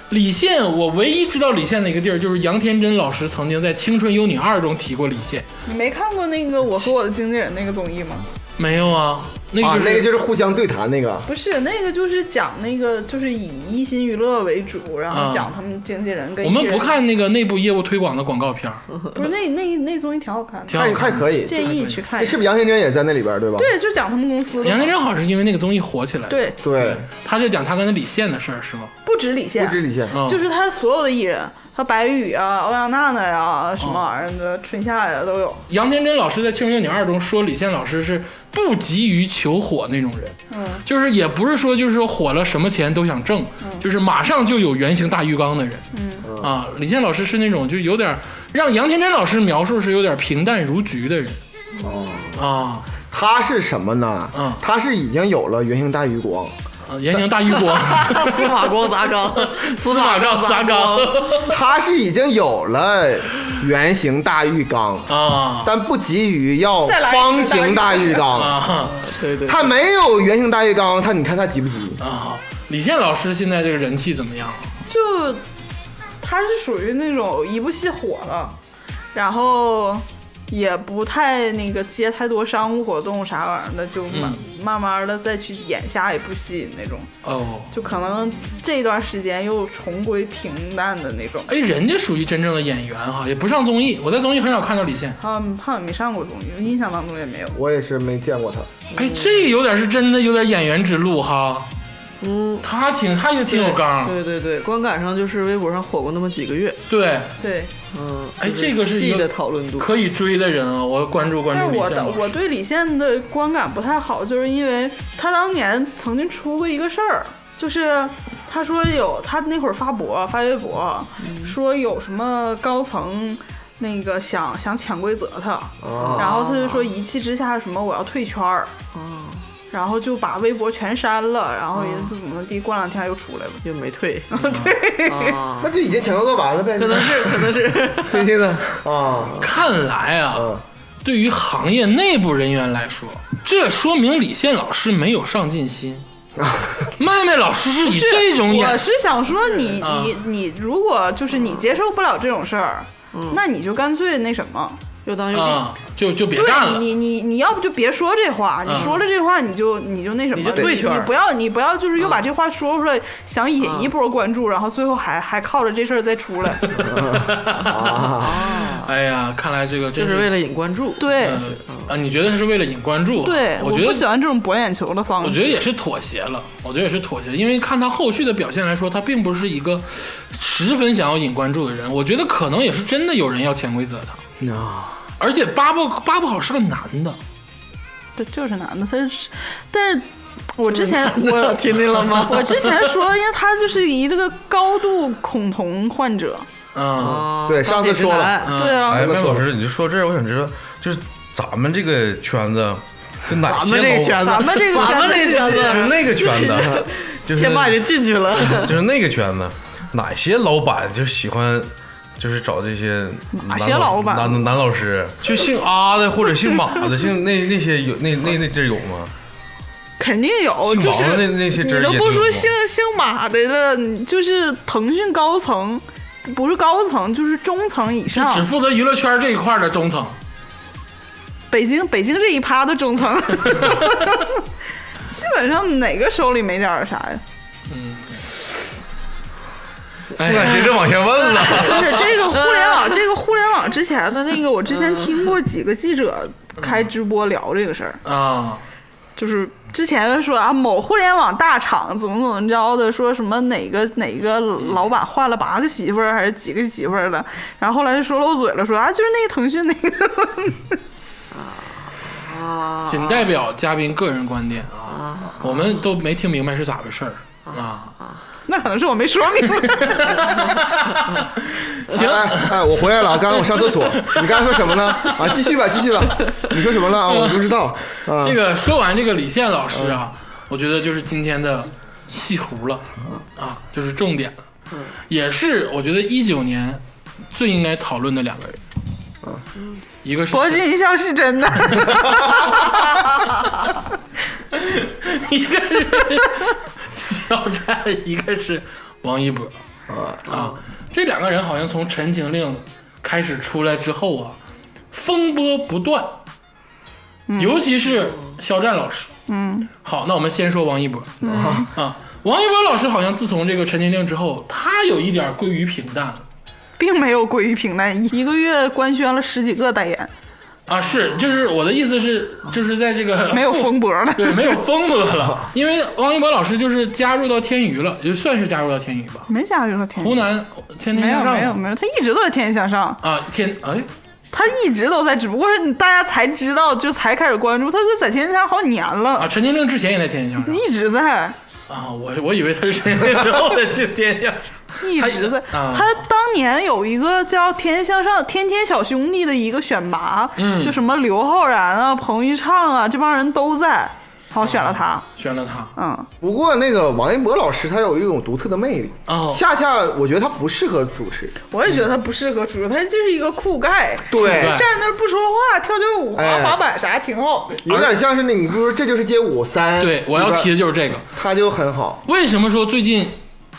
S1: 李现，我唯一知道李现的一个地儿，就是杨天真老师曾经在《青春有你二》中提过李现。
S5: 你没看过那个《我和我的经纪人》那个综艺吗？
S1: 没有啊，那
S4: 啊
S1: 个，
S4: 那个
S1: 就
S4: 就是是互相对谈那个。
S5: 不是那个，就是讲那个，就是以一心娱乐为主，然
S1: 啊
S5: 后讲他们经纪人跟
S1: 我们
S5: 艺人
S1: 不，看那个内部业务推广的广告片儿，
S5: 不是那那那综艺挺好看的，
S1: 挺好
S4: 还
S1: 看
S4: 还
S1: 的。
S4: 可以，
S5: 建议去看
S4: 那
S5: 一
S4: 是
S5: 下。
S4: 不是杨天真也在那里边儿对吧？
S5: 对，就讲他们公司的。
S1: 杨天真好像是因为那个综艺火起来的。
S5: 对，
S4: 对，
S1: 他是讲他跟李现的事儿是吗？
S5: 不止李现
S4: 不，止李现，
S1: 嗯，
S5: 就是他所有的艺人，他白宇啊、欧阳娜娜呀、什么玩意儿的，春夏呀都有。
S1: 杨天真老师在《庆余年二》中说李现老师是不急于求火那种人，嗯，就是也不是说就是说火了什么钱都想挣，就是马上就有原型大浴缸的人，嗯啊，李现老师是那种就有点让杨天真老师描述是有点平淡如菊的人，哦
S4: 他是什么呢？
S1: 嗯
S4: 他是已经有了原型大余光，
S1: 啊，原型大浴 缸，
S2: 司马光砸 缸，
S1: 司马 缸砸缸
S4: 他是已经有了圆形大浴缸，
S1: 啊
S4: 但不急于要
S5: 再来一个
S4: 方形大浴缸。
S1: 啊，对对
S4: 他没有圆形大浴缸，他你看他急不急？
S1: 啊，李现老师现在这个人气怎么样？啊
S5: 就他是属于那种一部戏火了，然后也不太那个接太多商务活动啥玩意儿的，就慢、慢慢的再去演下一部戏那种，
S1: 哦，
S5: 就可能这段时间又重归平淡的那种。
S1: 哎，人家属于真正的演员哈，也不上综艺，我在综艺很少看到李现。
S5: 好像好像没上过综艺，印象当中也没有。
S4: 我也是没见过他，
S1: 哎，这有点是真的，有点演员之路哈。
S2: 嗯，
S1: 他挺，他也挺有刚，
S2: 对对对，观感上就是微博上火过那么几个月，
S1: 对，
S5: 对，
S2: 嗯，
S1: 哎
S2: 就是
S1: 这个是一
S2: 细
S1: 个
S2: 的讨论度，
S1: 可以追的人啊，我关注关
S5: 但
S1: 注
S5: 是
S1: 李
S5: 我
S1: 现
S5: 的
S1: 老
S5: 我
S1: 师。
S5: 对李现的观感不太好，就是因为他当年曾经出过一个事儿，就是他说有他那会儿发博发微博，
S1: 嗯
S5: 说有什么高层。那个想想潜规则他，
S1: 啊
S4: 啊
S5: 然后他就说一气之下什么我要退圈儿，
S1: 啊
S5: 然后就把微博全删了，然后也就怎么地，过两天又出来了。
S2: 又没退，对啊，
S4: 那就已经前后做完了呗
S2: 可。能是可能是，
S4: 最近 的 啊，
S1: 看来啊
S4: 嗯，
S1: 对于行业内部人员来说，这说明李现老师没有上进心。麦麦老师是以这种
S5: 我
S1: 演，
S5: 是想说你
S1: 啊
S5: 你你，如果就是你接受不了这种事儿，
S1: 嗯
S5: 那你就干脆那什么，
S2: 又当又立，
S1: 啊，就就别
S5: 对
S1: 干了。嗯
S5: 你你你要不就别说这话，你说了这话你就你就那什么，
S2: 你就退圈儿
S5: 你不要你不要就是又
S1: 嗯
S5: 把这话说出来，想引一波关注，然后最后还还靠着这事儿再 出来。
S1: 哎呀，看来这个真
S2: 就是是为了引关注，
S5: 对
S1: 呃啊，你觉得他是为了引关注？啊
S5: 对，
S1: 我
S5: 我
S1: 觉
S5: 不
S1: 得
S5: 喜欢这种博眼球的方式。
S1: 我觉得也是妥协了，我觉得也是妥协，因为看他后续的表现来说，他并不是一个十分想要引关注的人。我觉得可能也是真的有人要潜规则他，
S4: 啊
S1: 而且巴不巴不好是个男的，
S5: 对，就是男的，他是，但是我之前
S2: 我
S5: 我
S2: 听见了吗？
S5: 我之前说，因为他就是一个高度恐同患者，
S1: 嗯，
S5: 哦
S2: 啊
S4: 对上次说了
S2: 钢铁直男
S5: 对啊
S3: 哎，，麦
S4: 说
S3: 老师，你就说这儿，我想知道，就是咱们这个圈子，就哪
S2: 咱
S3: 些
S2: 们这个圈子，
S5: 咱们这个圈子
S2: 咱们这个
S5: 是
S3: 老就是
S2: 圈子，
S3: 那个 圈子，就是
S2: 天霸已经进去了，
S3: 就是那个圈子，哪些老板就喜欢，就是找这些
S5: 哪
S3: 男
S5: 些老板
S3: 男男老师，就姓阿的或者姓马的，姓那那些有那那那阵儿有吗？
S5: 肯定有，
S3: 姓
S5: 哦就
S3: 王
S5: 是
S3: 的那那些真
S5: 你
S3: 儿
S5: 都
S3: 也
S5: 不
S3: 挺
S5: 说
S3: 多
S5: 姓姓马的了，你就是腾讯高层，不是高层就是中层以
S1: 是
S5: 上，
S1: 只负责娱乐圈这一块的中层。
S5: 北京北京这一趴的 中层，基本上哪个手里没点儿啥呀？
S1: 哎
S3: 不
S1: 呀
S3: 敢接着往下问 了。
S5: 不是这个互联网，这个互联网之前的那个，我之
S3: 嗯
S5: 前听过几个记者开直播聊这个事儿，
S1: 啊，
S5: 就是之前说啊，某互联网大厂怎么怎么着的，说什么哪个哪个老板换了八个媳妇儿还是几个媳妇儿了，然后后来就说漏嘴了，说啊，就是那个腾讯那个， 哦
S1: 仅代表嘉宾个人观点啊，我们都没听明白是咋回事儿
S5: 哦
S1: 啊。
S5: 那可能是我没说明白。
S1: 行
S4: 哎哎，我回来了，刚刚我上厕 所。你刚才说什么呢？啊，继续吧，继续吧。你说什么了啊？我不知道。啊，
S1: 这个说完这个李现老师啊，我觉得就是今天的戏胡了啊，就是重点了，也是我觉得一九年最应该讨论的两个人，一个是
S5: 博君一笑是真的，
S1: 一个是 肖战，一个是王一博
S4: 啊
S1: 啊，这两个人好像从《陈情令》开
S5: 嗯
S1: 始出来之后啊，风波不断，尤其是肖战老师。嗯，好，那我们先说王一博。
S5: 嗯
S1: 啊，王一博老师好像自从这个陈情令之后，他有一点归于平淡了。
S5: 并没有归于平 淡，一个月官宣了十几个代言，
S1: 啊，是，就是我的意思是，就是在这个
S5: 没有风波了。
S1: 对，没有风波了，因为王一博老师就是加入到天娱了，也算是加入到天娱吧。
S5: 没加入到天娱
S1: 湖，南天天
S5: 没有
S1: 向
S5: 没有
S1: 上嘛
S5: 没有，他一直都在天天向上，
S1: 啊，天哎，
S5: 他一直都在，只不过是大家才知道，就才开始关注他，在天天向上好几年了，
S1: 啊，陈情令之前也在天天向上
S5: 一直在，
S1: 啊，我我以为他是陈情令之后才去天天向上。
S5: 一直在。
S1: 他啊
S5: 他当年有一个叫《天天向上》《天天小兄弟》的一个选拔，
S1: 嗯
S5: 就什么刘昊然啊、彭昱畅啊，这帮人都在，好选了他，
S1: 选了他
S5: 嗯，
S4: 不过那个王一博老师他有一种独特的魅力，
S1: 哦
S4: 恰恰我觉得他不适合主持，
S5: 我也觉得他不适合主持，他就是一个酷盖，
S4: 对，
S1: 盖
S5: 站那儿不说话，跳跳舞、滑
S4: 哎
S5: 滑板啥挺好的。
S4: 有点像是那，你比如说这就是街舞三，
S1: 对，我要提的
S4: 里边
S1: 就是这个。
S4: 他就很好，
S1: 为什么说最近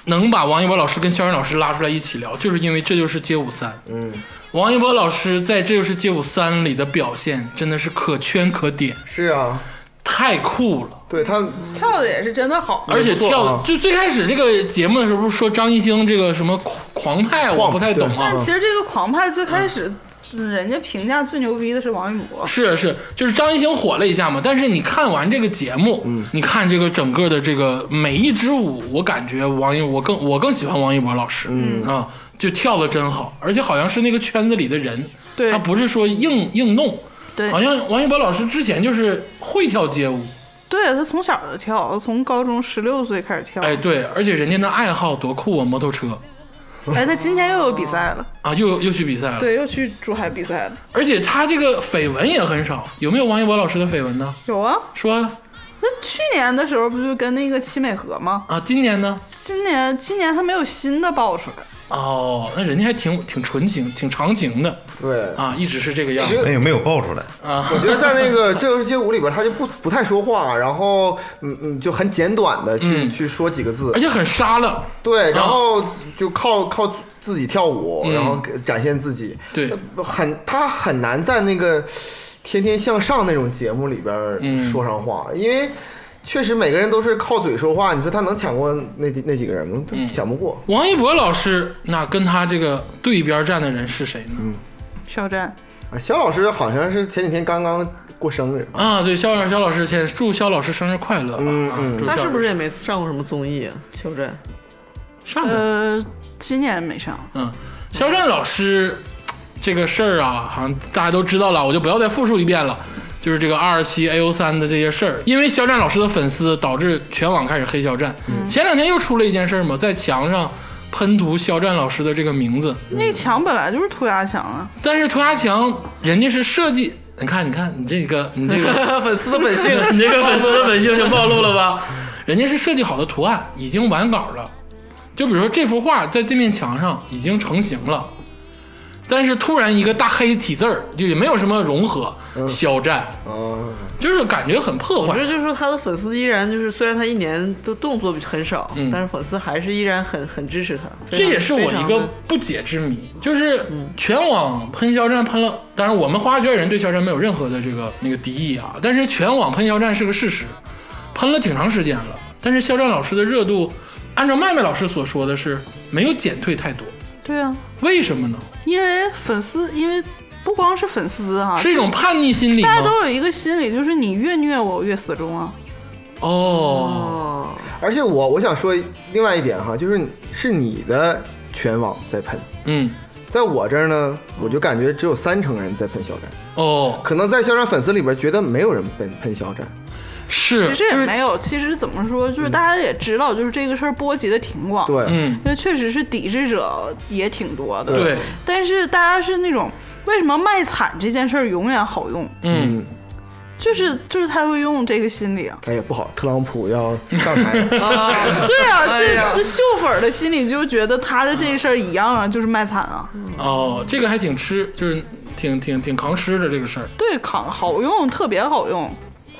S1: 能把王一博老师跟肖战老师拉出来一起聊，就是因为这就是街舞三。
S4: 嗯，
S1: 王一博老师在《这就是街舞三》里的表现真的是可圈可点，
S4: 是啊，
S1: 太酷了。
S4: 对他
S5: 跳的也是真的好，
S1: 而且
S4: 不错
S1: 跳、
S4: 啊
S1: 就最开始这个节目的时候，不是说张艺兴这个什么狂狂派，我
S4: 狂
S1: 不太懂啊
S5: 但。其实这个狂派最
S4: 嗯
S5: 开始，人家评价最牛逼的是王一博，
S1: 是是，就是张艺兴火了一下嘛。但是你看完这个节目，你看这个整个的这个每一支舞，我感觉王一我更我更喜欢王一博老师，嗯啊，就跳的真好，而且好像是那个圈子里的人，
S5: 对
S1: 他不是说硬硬弄，
S5: 对
S1: 好像王一博老师之前就是会跳街舞，
S5: 对啊他从小就跳，从高中十六岁开始跳，
S1: 哎对，而且人家那爱好多酷啊，摩托车
S5: 哎，他今天又有比赛了，
S1: 啊，又又去比赛了，
S5: 对，又去珠海比赛了，
S1: 而且他这个绯闻也很少，有没有王一博老师的绯闻呢？
S5: 有啊，
S1: 说
S5: 那去年的时候不就跟那个戚美和吗？
S1: 啊，今年呢？
S5: 今年今年他没有新的爆出来，
S1: 哦，那人家还挺挺纯情、挺长情的
S4: 对。
S1: 啊，一直是这个样
S4: 其
S1: 子
S4: 实
S3: 哎没有没有爆出来，
S1: 啊
S4: 我觉得在那个《 这就是街舞》里边，他就不不太说话，然后嗯嗯，就很简短的去、
S1: 嗯
S4: 去说几个字
S1: 而，且很沙了。
S4: 对，然后就靠靠自己跳舞，
S1: 嗯
S4: 然后给展现自己，
S1: 对，
S4: 很他很难在那个《天天向上》那种节目里边儿
S1: 嗯
S4: 说上话，因为确实每个人都是靠嘴说话，你说他能抢过那那几个人吗？
S1: 嗯
S4: 抢不过。
S1: 王一博老师，那跟他这个对边站的人是谁呢？
S4: 嗯
S5: 肖战，
S4: 啊，肖老师好像是前几天刚刚过生日，
S1: 啊，对，肖老肖老师先祝肖老师生日快乐啊。
S4: 嗯嗯
S1: 啊祝肖
S2: 他
S1: 老
S2: 是
S1: 师
S2: 不是也没上过什么综艺啊？肖战，
S1: 上
S2: 嗯
S1: 过？
S5: 呃，今年没上，
S1: 嗯，肖战老师这个事儿啊，好像大家都知道了，我就不要再复述一遍了。就是这个二十七 A O 三的这些事儿，因为肖战老师的粉丝导致全网开始黑肖战。
S2: 嗯
S1: 前两天又出了一件事儿嘛，在墙上喷涂肖战老师的这个名字，
S5: 那墙本来就是涂鸦墙啊，
S1: 但是涂鸦墙人家是设计，你看，你看，你这个，你这个。
S2: 粉丝的本性，
S1: 你这 个粉丝的本性就暴露了吧？人家是设计好的图案，已经完稿了。就比如说这幅画在这面墙上已经成型了，但是突然一个大黑体字儿，就也没有什么融合，肖战
S4: 嗯，
S1: 就是感觉很破
S2: 我
S1: 坏
S2: 这。就是说他的粉丝依然就是，虽然他一年都动作很少，但是粉丝还是依然很很支持他。
S1: 嗯这也是我一
S2: 非
S1: 个
S2: 常
S1: 不解之谜，就是全网喷肖战喷了，当然我们花圈人对肖战没有任何的这个那个敌意啊，但是全网喷肖战是个事实，喷了挺长时间了，但是肖战老师的热度，按照麦麦老师所说的是没有减退太多，
S5: 对啊，
S1: 为什么呢？
S5: 因为粉丝，因为不光是粉丝哈、
S1: 是一种叛逆心理
S5: 啊大家
S1: 吗？
S5: 都有一个心理，就是你越虐我，我越死忠啊。
S1: 哦，
S2: 哦，
S4: 而且我我想说另外一点哈，就是是你的全网在喷，
S1: 嗯，
S4: 在我这儿呢，我就感觉只有三成人在喷肖战，
S1: 哦，
S4: 可能在肖战粉丝里边觉得没有人喷喷肖战，
S5: 其
S1: 是，
S5: 实也没有，其实怎么说，就是大家也知道，就是这个事儿波及的挺广，，
S4: 对，
S1: 嗯，
S5: 因为确实是抵制者也挺多的，
S1: 对，
S5: 但是大家是那种为什么卖惨这件事儿永远好用，
S1: 嗯，
S4: 嗯，，
S5: 就是就是他会用这个心理啊
S4: 哎呀不好，特朗普要上台，
S5: 对啊，
S2: 哎呀
S5: 这这秀粉儿的心理就觉得他的这事儿一样啊，就是卖惨啊，
S1: 哦，这个还挺吃，就是挺挺挺扛吃的这个事儿。
S5: 对，扛好用，特别好用，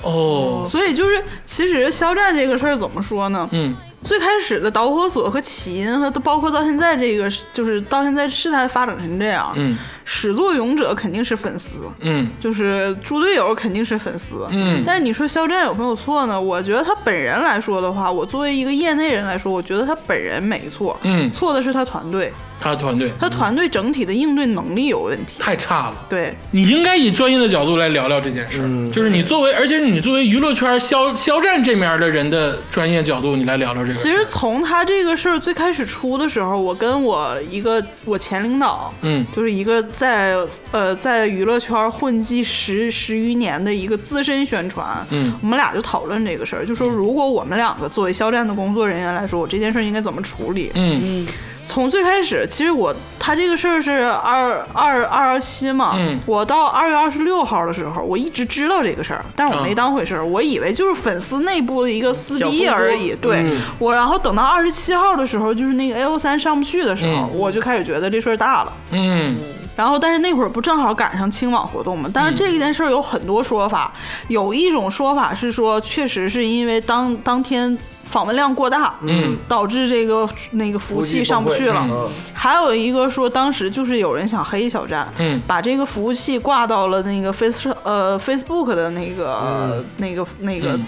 S1: 哦，
S5: 所以就是其实肖战这个事儿怎么说呢？
S1: 嗯，
S5: 最开始的导火索和起因和包括到现在这个，就是到现在事态发展成这样，
S1: 嗯，
S5: 始作俑者肯定是粉丝，
S1: 嗯
S5: 就是猪队友肯定是粉丝，
S1: 嗯
S5: 但是你说肖战有没有错呢？我觉得他本人来说的话，我作为一个业内人来说，我觉得他本人没错，
S1: 嗯，
S5: 错的是他团队，
S1: 他的团队
S5: 他团队整体的应对能力有问题。
S1: 太差了。
S5: 对，
S1: 你应该以专业的角度来聊聊这件事儿，就是你作为，而且你作为娱乐圈肖肖战这面的人的专业角度，你来聊聊这个事
S5: 其
S1: 儿。
S5: 实从他这个事儿最开始出的时候，我跟我一个我前领导，
S1: 嗯
S5: 就是一个在呃在娱乐圈混迹十十余年的一个资深宣传，
S1: 嗯
S5: 我们俩就讨论这个事儿，就说如果我们两个作为肖战的工作人员来说，我这件事儿应该怎么处理？
S1: 嗯
S5: 从最开始，其实我他这个事儿是二二二幺七嘛，
S1: 嗯
S5: 我到二月二十六号的时候，我一直知道这个事儿，但是我
S1: 啊
S5: 没当回事儿，我以为就是粉丝内部的一个撕
S1: 小风
S5: 逼
S1: 波
S5: 而已。对、
S1: 嗯
S5: 我，然后等到二十七号的时候，就是那个 A O 三上不去的时候，
S1: 嗯
S5: 我就开始觉得这事儿大了。
S1: 嗯
S5: 然后，但是那会儿不正好赶上清网活动嘛？但是这件事儿有很多说法，有一种说法是说，确实是因为当当天访问量过大，
S1: 嗯，
S5: 导致这个那个 服务器上不去了。
S4: 嗯
S5: 还有一个说，当时就是有人想黑小站，
S1: 嗯
S5: 把这个服务器挂到了那个 Face 呃 Facebook 的那个、那个那个，
S1: 嗯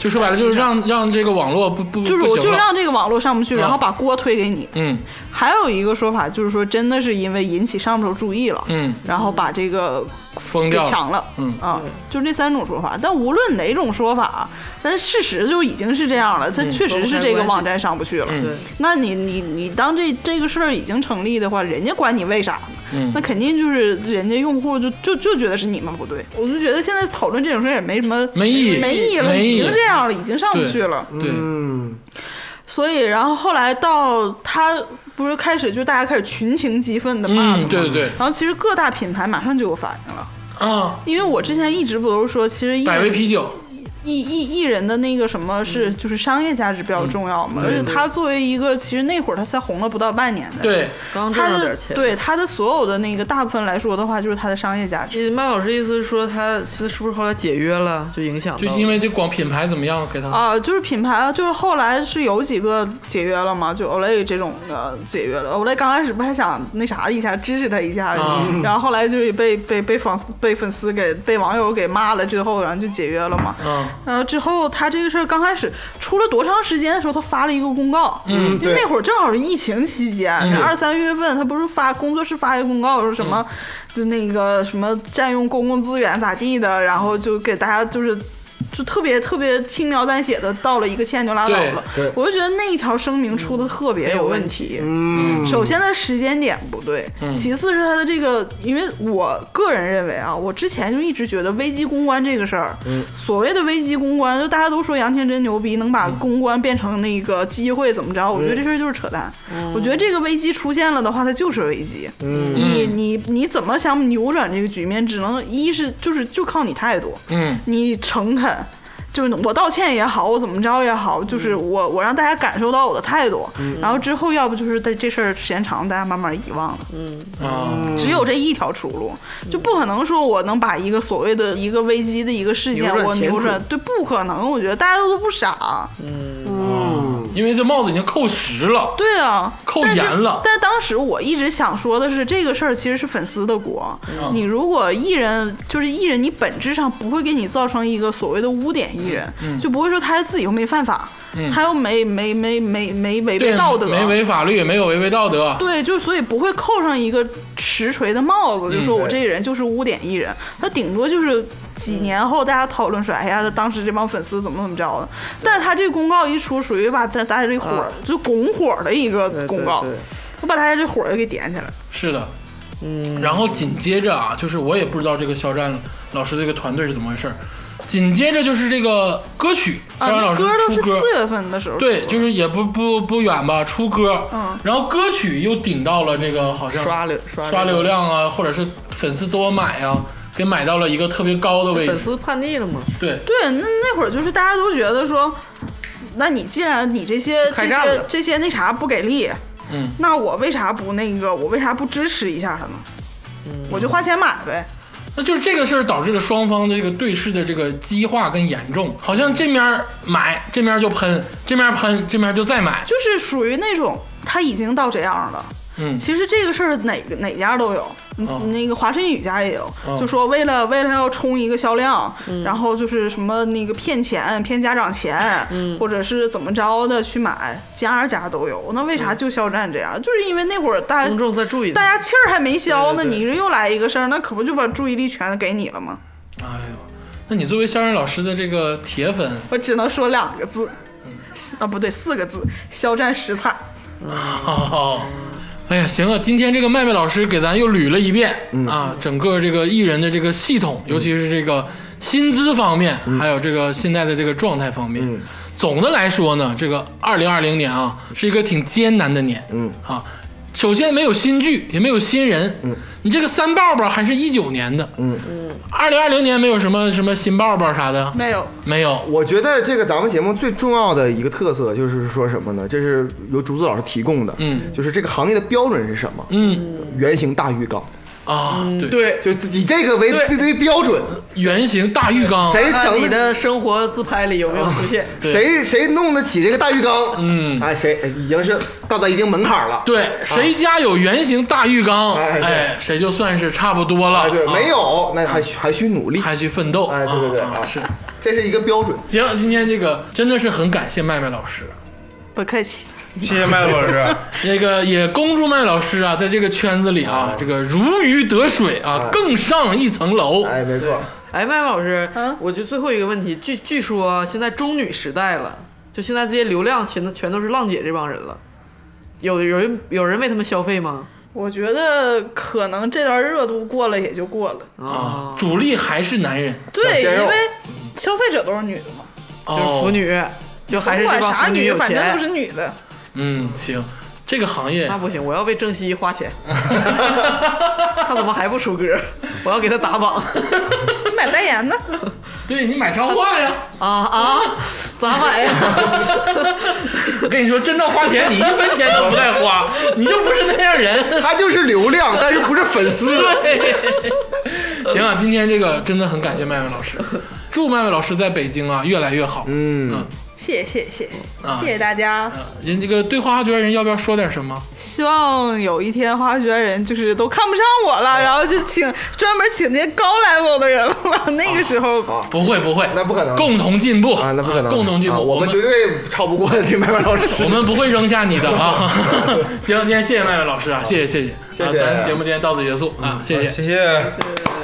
S1: 就说白了，就是让让这个网络不不
S5: 就
S1: 不
S5: 是我
S1: 行
S5: 就
S1: 了。
S5: 让这个网络上不去，然后把锅推给你。
S1: 嗯
S5: 还有一个说法就是说，真的是因为引起上头注意了，
S1: 嗯，
S5: 然后把这个
S1: 封
S5: 给
S1: 掉了。
S5: 抢了。
S1: 嗯
S5: 啊，就这三种说法，但无论哪种说法，但事实就已经是这样了，它确实是这个网站上不去了。
S1: 嗯
S2: 对，
S5: 那你你你当这这个事儿已经成立的话，人家管你为啥呢？
S1: 嗯
S5: 那肯定就是人家用户就就就觉得是你们不对。我就觉得现在讨论这种事儿也没什么
S1: 没意义
S5: 没意义了，
S1: 没意义
S5: 已经这样了，已经上不
S1: 对
S5: 去了。
S1: 对，
S4: 嗯，
S5: 所以，然后后来到他不是开始就大家开始群情激愤的骂他
S1: 嗯
S5: 嘛，
S1: 对对对
S5: 然后其实各大品牌马上就有反应了，
S1: 啊，
S5: 因为我之前一直不都是说，其实艺
S1: 百威
S5: 人
S1: 啤酒，
S5: 艺艺艺人的那个什么
S2: 嗯
S5: 是就是商业价值比较重要嘛，而且他作为一个其实那会儿他才红了不到半年的，
S1: 对，
S2: 刚
S5: 他
S2: 挣了
S5: 的
S2: 点钱。，
S5: 对他的所有的那个大部分来说的话，就是他的商业价值。
S2: 这嗯麦老师意思是说他是不是后来解约了，就影响
S1: 就
S2: 到
S1: 因为这广品牌怎么样
S2: 嗯
S1: 给他，
S5: 啊、就是品牌，就是后来是有几个解约了嘛，就 Olay 这种的解约了。Olay 刚开始不还想那啥一下，支持他一下，
S1: 啊
S5: 然后后来就是被被被粉丝被粉丝给被网友给骂了之后，然后就解约了嘛。
S1: 嗯
S5: 然后之后他这个事儿刚开始出了多长时间的时候，他发了一个公告，
S1: 嗯
S5: 因为
S4: 对
S5: 那会儿正好是疫情期间，二三月份他不是发工作室发一个公告说什么，就那个什么占用公共资源咋地的，然后就给大家就是。就特别特别轻描淡写的道了一个歉就拉倒了
S4: 对对，
S5: 我就觉得那一条声明出的特别有问题。嗯，首先它时间点不对，其次是它的这个，因为我个人认为啊，我之前就一直觉得危机公关这个事儿，所谓的危机公关，就大家都说杨天真牛逼，能把公关变成那个机会怎么着？我觉得这事儿就是扯淡。我觉得这个危机出现了的话，它就是危机。
S4: 嗯
S5: 你你你怎么想扭转这个局面，只能一是就是就靠你态度，
S1: 嗯
S5: 你诚恳，就是我道歉也好，我怎么着也好，就是
S2: 嗯
S5: 我我让大家感受到我的态度，然后之后要不就是这这事儿时间长，大家慢慢遗忘了，
S2: 嗯
S1: 啊，
S5: 只有这一条出路，就不可能说我能把一个所谓的一个危机的一个事件
S2: 扭转
S5: 我
S2: 乾
S5: 扭
S2: 坤
S5: 转，对，不可能，我觉得大家都不傻，
S1: 因为这帽子已经扣实了，
S5: 对啊，
S1: 扣
S5: 但是
S1: 严了
S5: 但是当时我一直想说的是，这个事儿其实是粉丝的锅。
S1: 嗯
S5: 你如果艺人就是艺人，你本质上不会给你造成一个所谓的污点艺人，
S1: 嗯
S5: 就不会说他自己又没犯法，他又没没没没没违
S1: 对
S5: 背，道德，
S1: 没违法律，没有违背道德，
S5: 对，就所以不会扣上一个实锤的帽
S1: 嗯
S5: 子，就说我
S4: 对
S5: 这个人就是污点艺人，他顶多就是几年后大家讨论说，哎呀，当时这帮粉丝怎么怎么着的。但是他这个公告一出，属于把大家这火、
S2: 啊
S5: 就拱火的一个
S2: 对对
S5: 公告，
S2: 对
S5: 我把大家这火又给点起来了。
S1: 是的，嗯。然后紧接着啊，就是我也不知道这个肖战老师这个团队是怎么回事儿。紧接着就是这个歌曲，肖
S5: 啊，
S1: 战老
S5: 那
S1: 师
S5: 歌都
S1: 出
S5: 是
S1: 歌，
S5: 四月份的时候出的，
S1: 对，就是也不不不远吧，出歌，
S5: 嗯
S1: 然后歌曲又顶到了这个好像
S2: 刷流刷
S1: 刷流量啊，或者是粉丝多买啊，给买到了一个特别高的
S2: 就
S1: 位
S2: 粉
S1: 置。
S2: 丝叛逆了嘛？
S1: 对，
S5: 对，那那会儿就是大家都觉得说，那你既然你这些
S2: 就
S5: 这
S2: 开战
S5: 些
S2: 了
S5: 这些那啥不给力，
S1: 嗯，
S5: 那我为啥不那个？我为啥不支持一下他呢？
S1: 嗯
S5: 我就花钱买呗。
S1: 那就是这个事儿导致了双方的这个对视的这个激化跟严重，好像这面儿买，这面儿就喷，这面儿喷，这面儿就再买。
S5: 就是属于那种他已经到这样了。
S1: 嗯
S5: 其实这个事儿哪个哪家都有，
S2: 哦
S1: 嗯
S5: 那个华晨宇家也有，
S1: 嗯
S5: 就说为了为了要冲一个销量，
S2: 嗯
S5: 然后就是什么那个骗钱、骗家长钱，
S2: 嗯
S5: 或者是怎么着的去买，家家都有。那为啥就肖战这样？就是因为那会儿大家
S2: 嗯公众在注意
S5: 哎大
S2: 他。
S5: 家气儿还没消呢，
S2: 对对
S5: 你这又来一个事儿，那可不就把注意力全给你了吗？
S1: 哎呦，那你作为肖战老师的这个铁粉
S5: 我只能说两个字，
S2: 嗯
S5: 啊不对，四个字，肖战实惨。
S1: 哦，哎呀，行啊，今天这个麦麦老师给咱又捋了一遍、啊，整个这个艺人的这个系统，尤其是这个薪资方面，还有这个现在的这个状态方面。总的来说呢，这个二零二零年啊，是一个挺艰难的年。
S4: 嗯
S1: 啊，首先没有新剧，也没有新人。嗯，你这个三抱抱还是一九年的。嗯嗯，二零二零年没有什么什么新抱抱啥的，
S5: 没有，
S1: 没有。
S4: 我觉得这个咱们节目最重要的一个特色就是说什么呢？这是由竹子老师提供的，
S1: 嗯，
S4: 就是这个行业的标准是什么？
S1: 嗯
S4: 原型大浴缸，
S1: 啊，对，
S2: 对，
S4: 就以这个为
S2: 对
S4: 为标准，
S1: 圆形大浴缸。
S4: 谁
S2: 看
S4: 整
S2: 你的生活自拍里有没有出现？
S4: 谁谁弄得起这个大浴缸？
S1: 嗯
S4: 哎，谁哎已经是到达一定门槛了。
S1: 对，谁家有圆形大浴缸，
S4: 哎对
S1: 哎，谁就算是差不多了。
S4: 啊，对，
S1: 啊
S4: 没有，那还需还需努力。
S1: 还去奋斗。
S4: 哎，对对对，
S1: 啊啊是。
S4: 这是一个标准。
S1: 行，今天这个真的是很感谢麦麦老师，
S5: 不客气。
S3: 谢谢麦老师，
S1: 那个也恭祝麦麦老师啊，在这个圈子里啊，这个如鱼得水啊，更上一层楼。
S4: 哎，没错，
S2: 哎，麦麦老师
S5: 啊，
S2: 我就最后一个问题，据据说现在中女时代了，就现在这些流量全都全都是浪姐这帮人了，有有人有人为他们消费吗？
S5: 我觉得可能这段热度过了也就过了。
S1: 啊
S2: 啊，，
S1: 主力还是男人，
S5: 对，
S4: 鲜肉
S5: 因为消费者都是女的嘛，
S2: 就是
S1: 哦
S2: 腐。女，就 还是
S5: 不
S2: 这
S5: 管
S2: 帮
S5: 啥
S2: 腐女
S5: 女，
S2: 有
S5: 反正
S2: 钱
S5: 都。是女 的。
S1: 嗯，行，这个行业
S2: 那不行，我要为郑希花 钱，他怎么还不出歌？我要给他打 榜
S5: 你买代言呢？
S1: 对你买啥话呀？
S2: 啊啊！咋 买呀？
S1: 我跟你说，真到花钱，你一分钱都不带花，你就不是那样人。
S4: 他就是流量，但是不是 粉丝。
S1: 行啊，今天这个真的很感谢麦麦老 师，祝麦麦老师在北京啊越来越好。
S4: 嗯，
S5: 谢谢谢谢
S1: 啊
S5: 谢谢大家！
S1: 呃人、这个对花花圈人要不要说点什么？
S5: 希望有一天花圈人就是都看不上我了，然后就请专门请那些高 level 的人吧。那个时候
S4: 好
S1: 不会不会，
S4: 那不可能
S1: 共同进步
S4: 啊，那不可能，
S1: 共同进步，
S4: 啊我
S1: 们
S4: 们绝对超不过这麦麦老师
S1: 我。们不会扔下你的 啊！行，今天谢谢麦麦老师啊，谢谢谢谢，
S4: 谢谢
S1: 啊咱节目今天到此结束啊，谢谢。
S3: 谢谢。
S4: 谢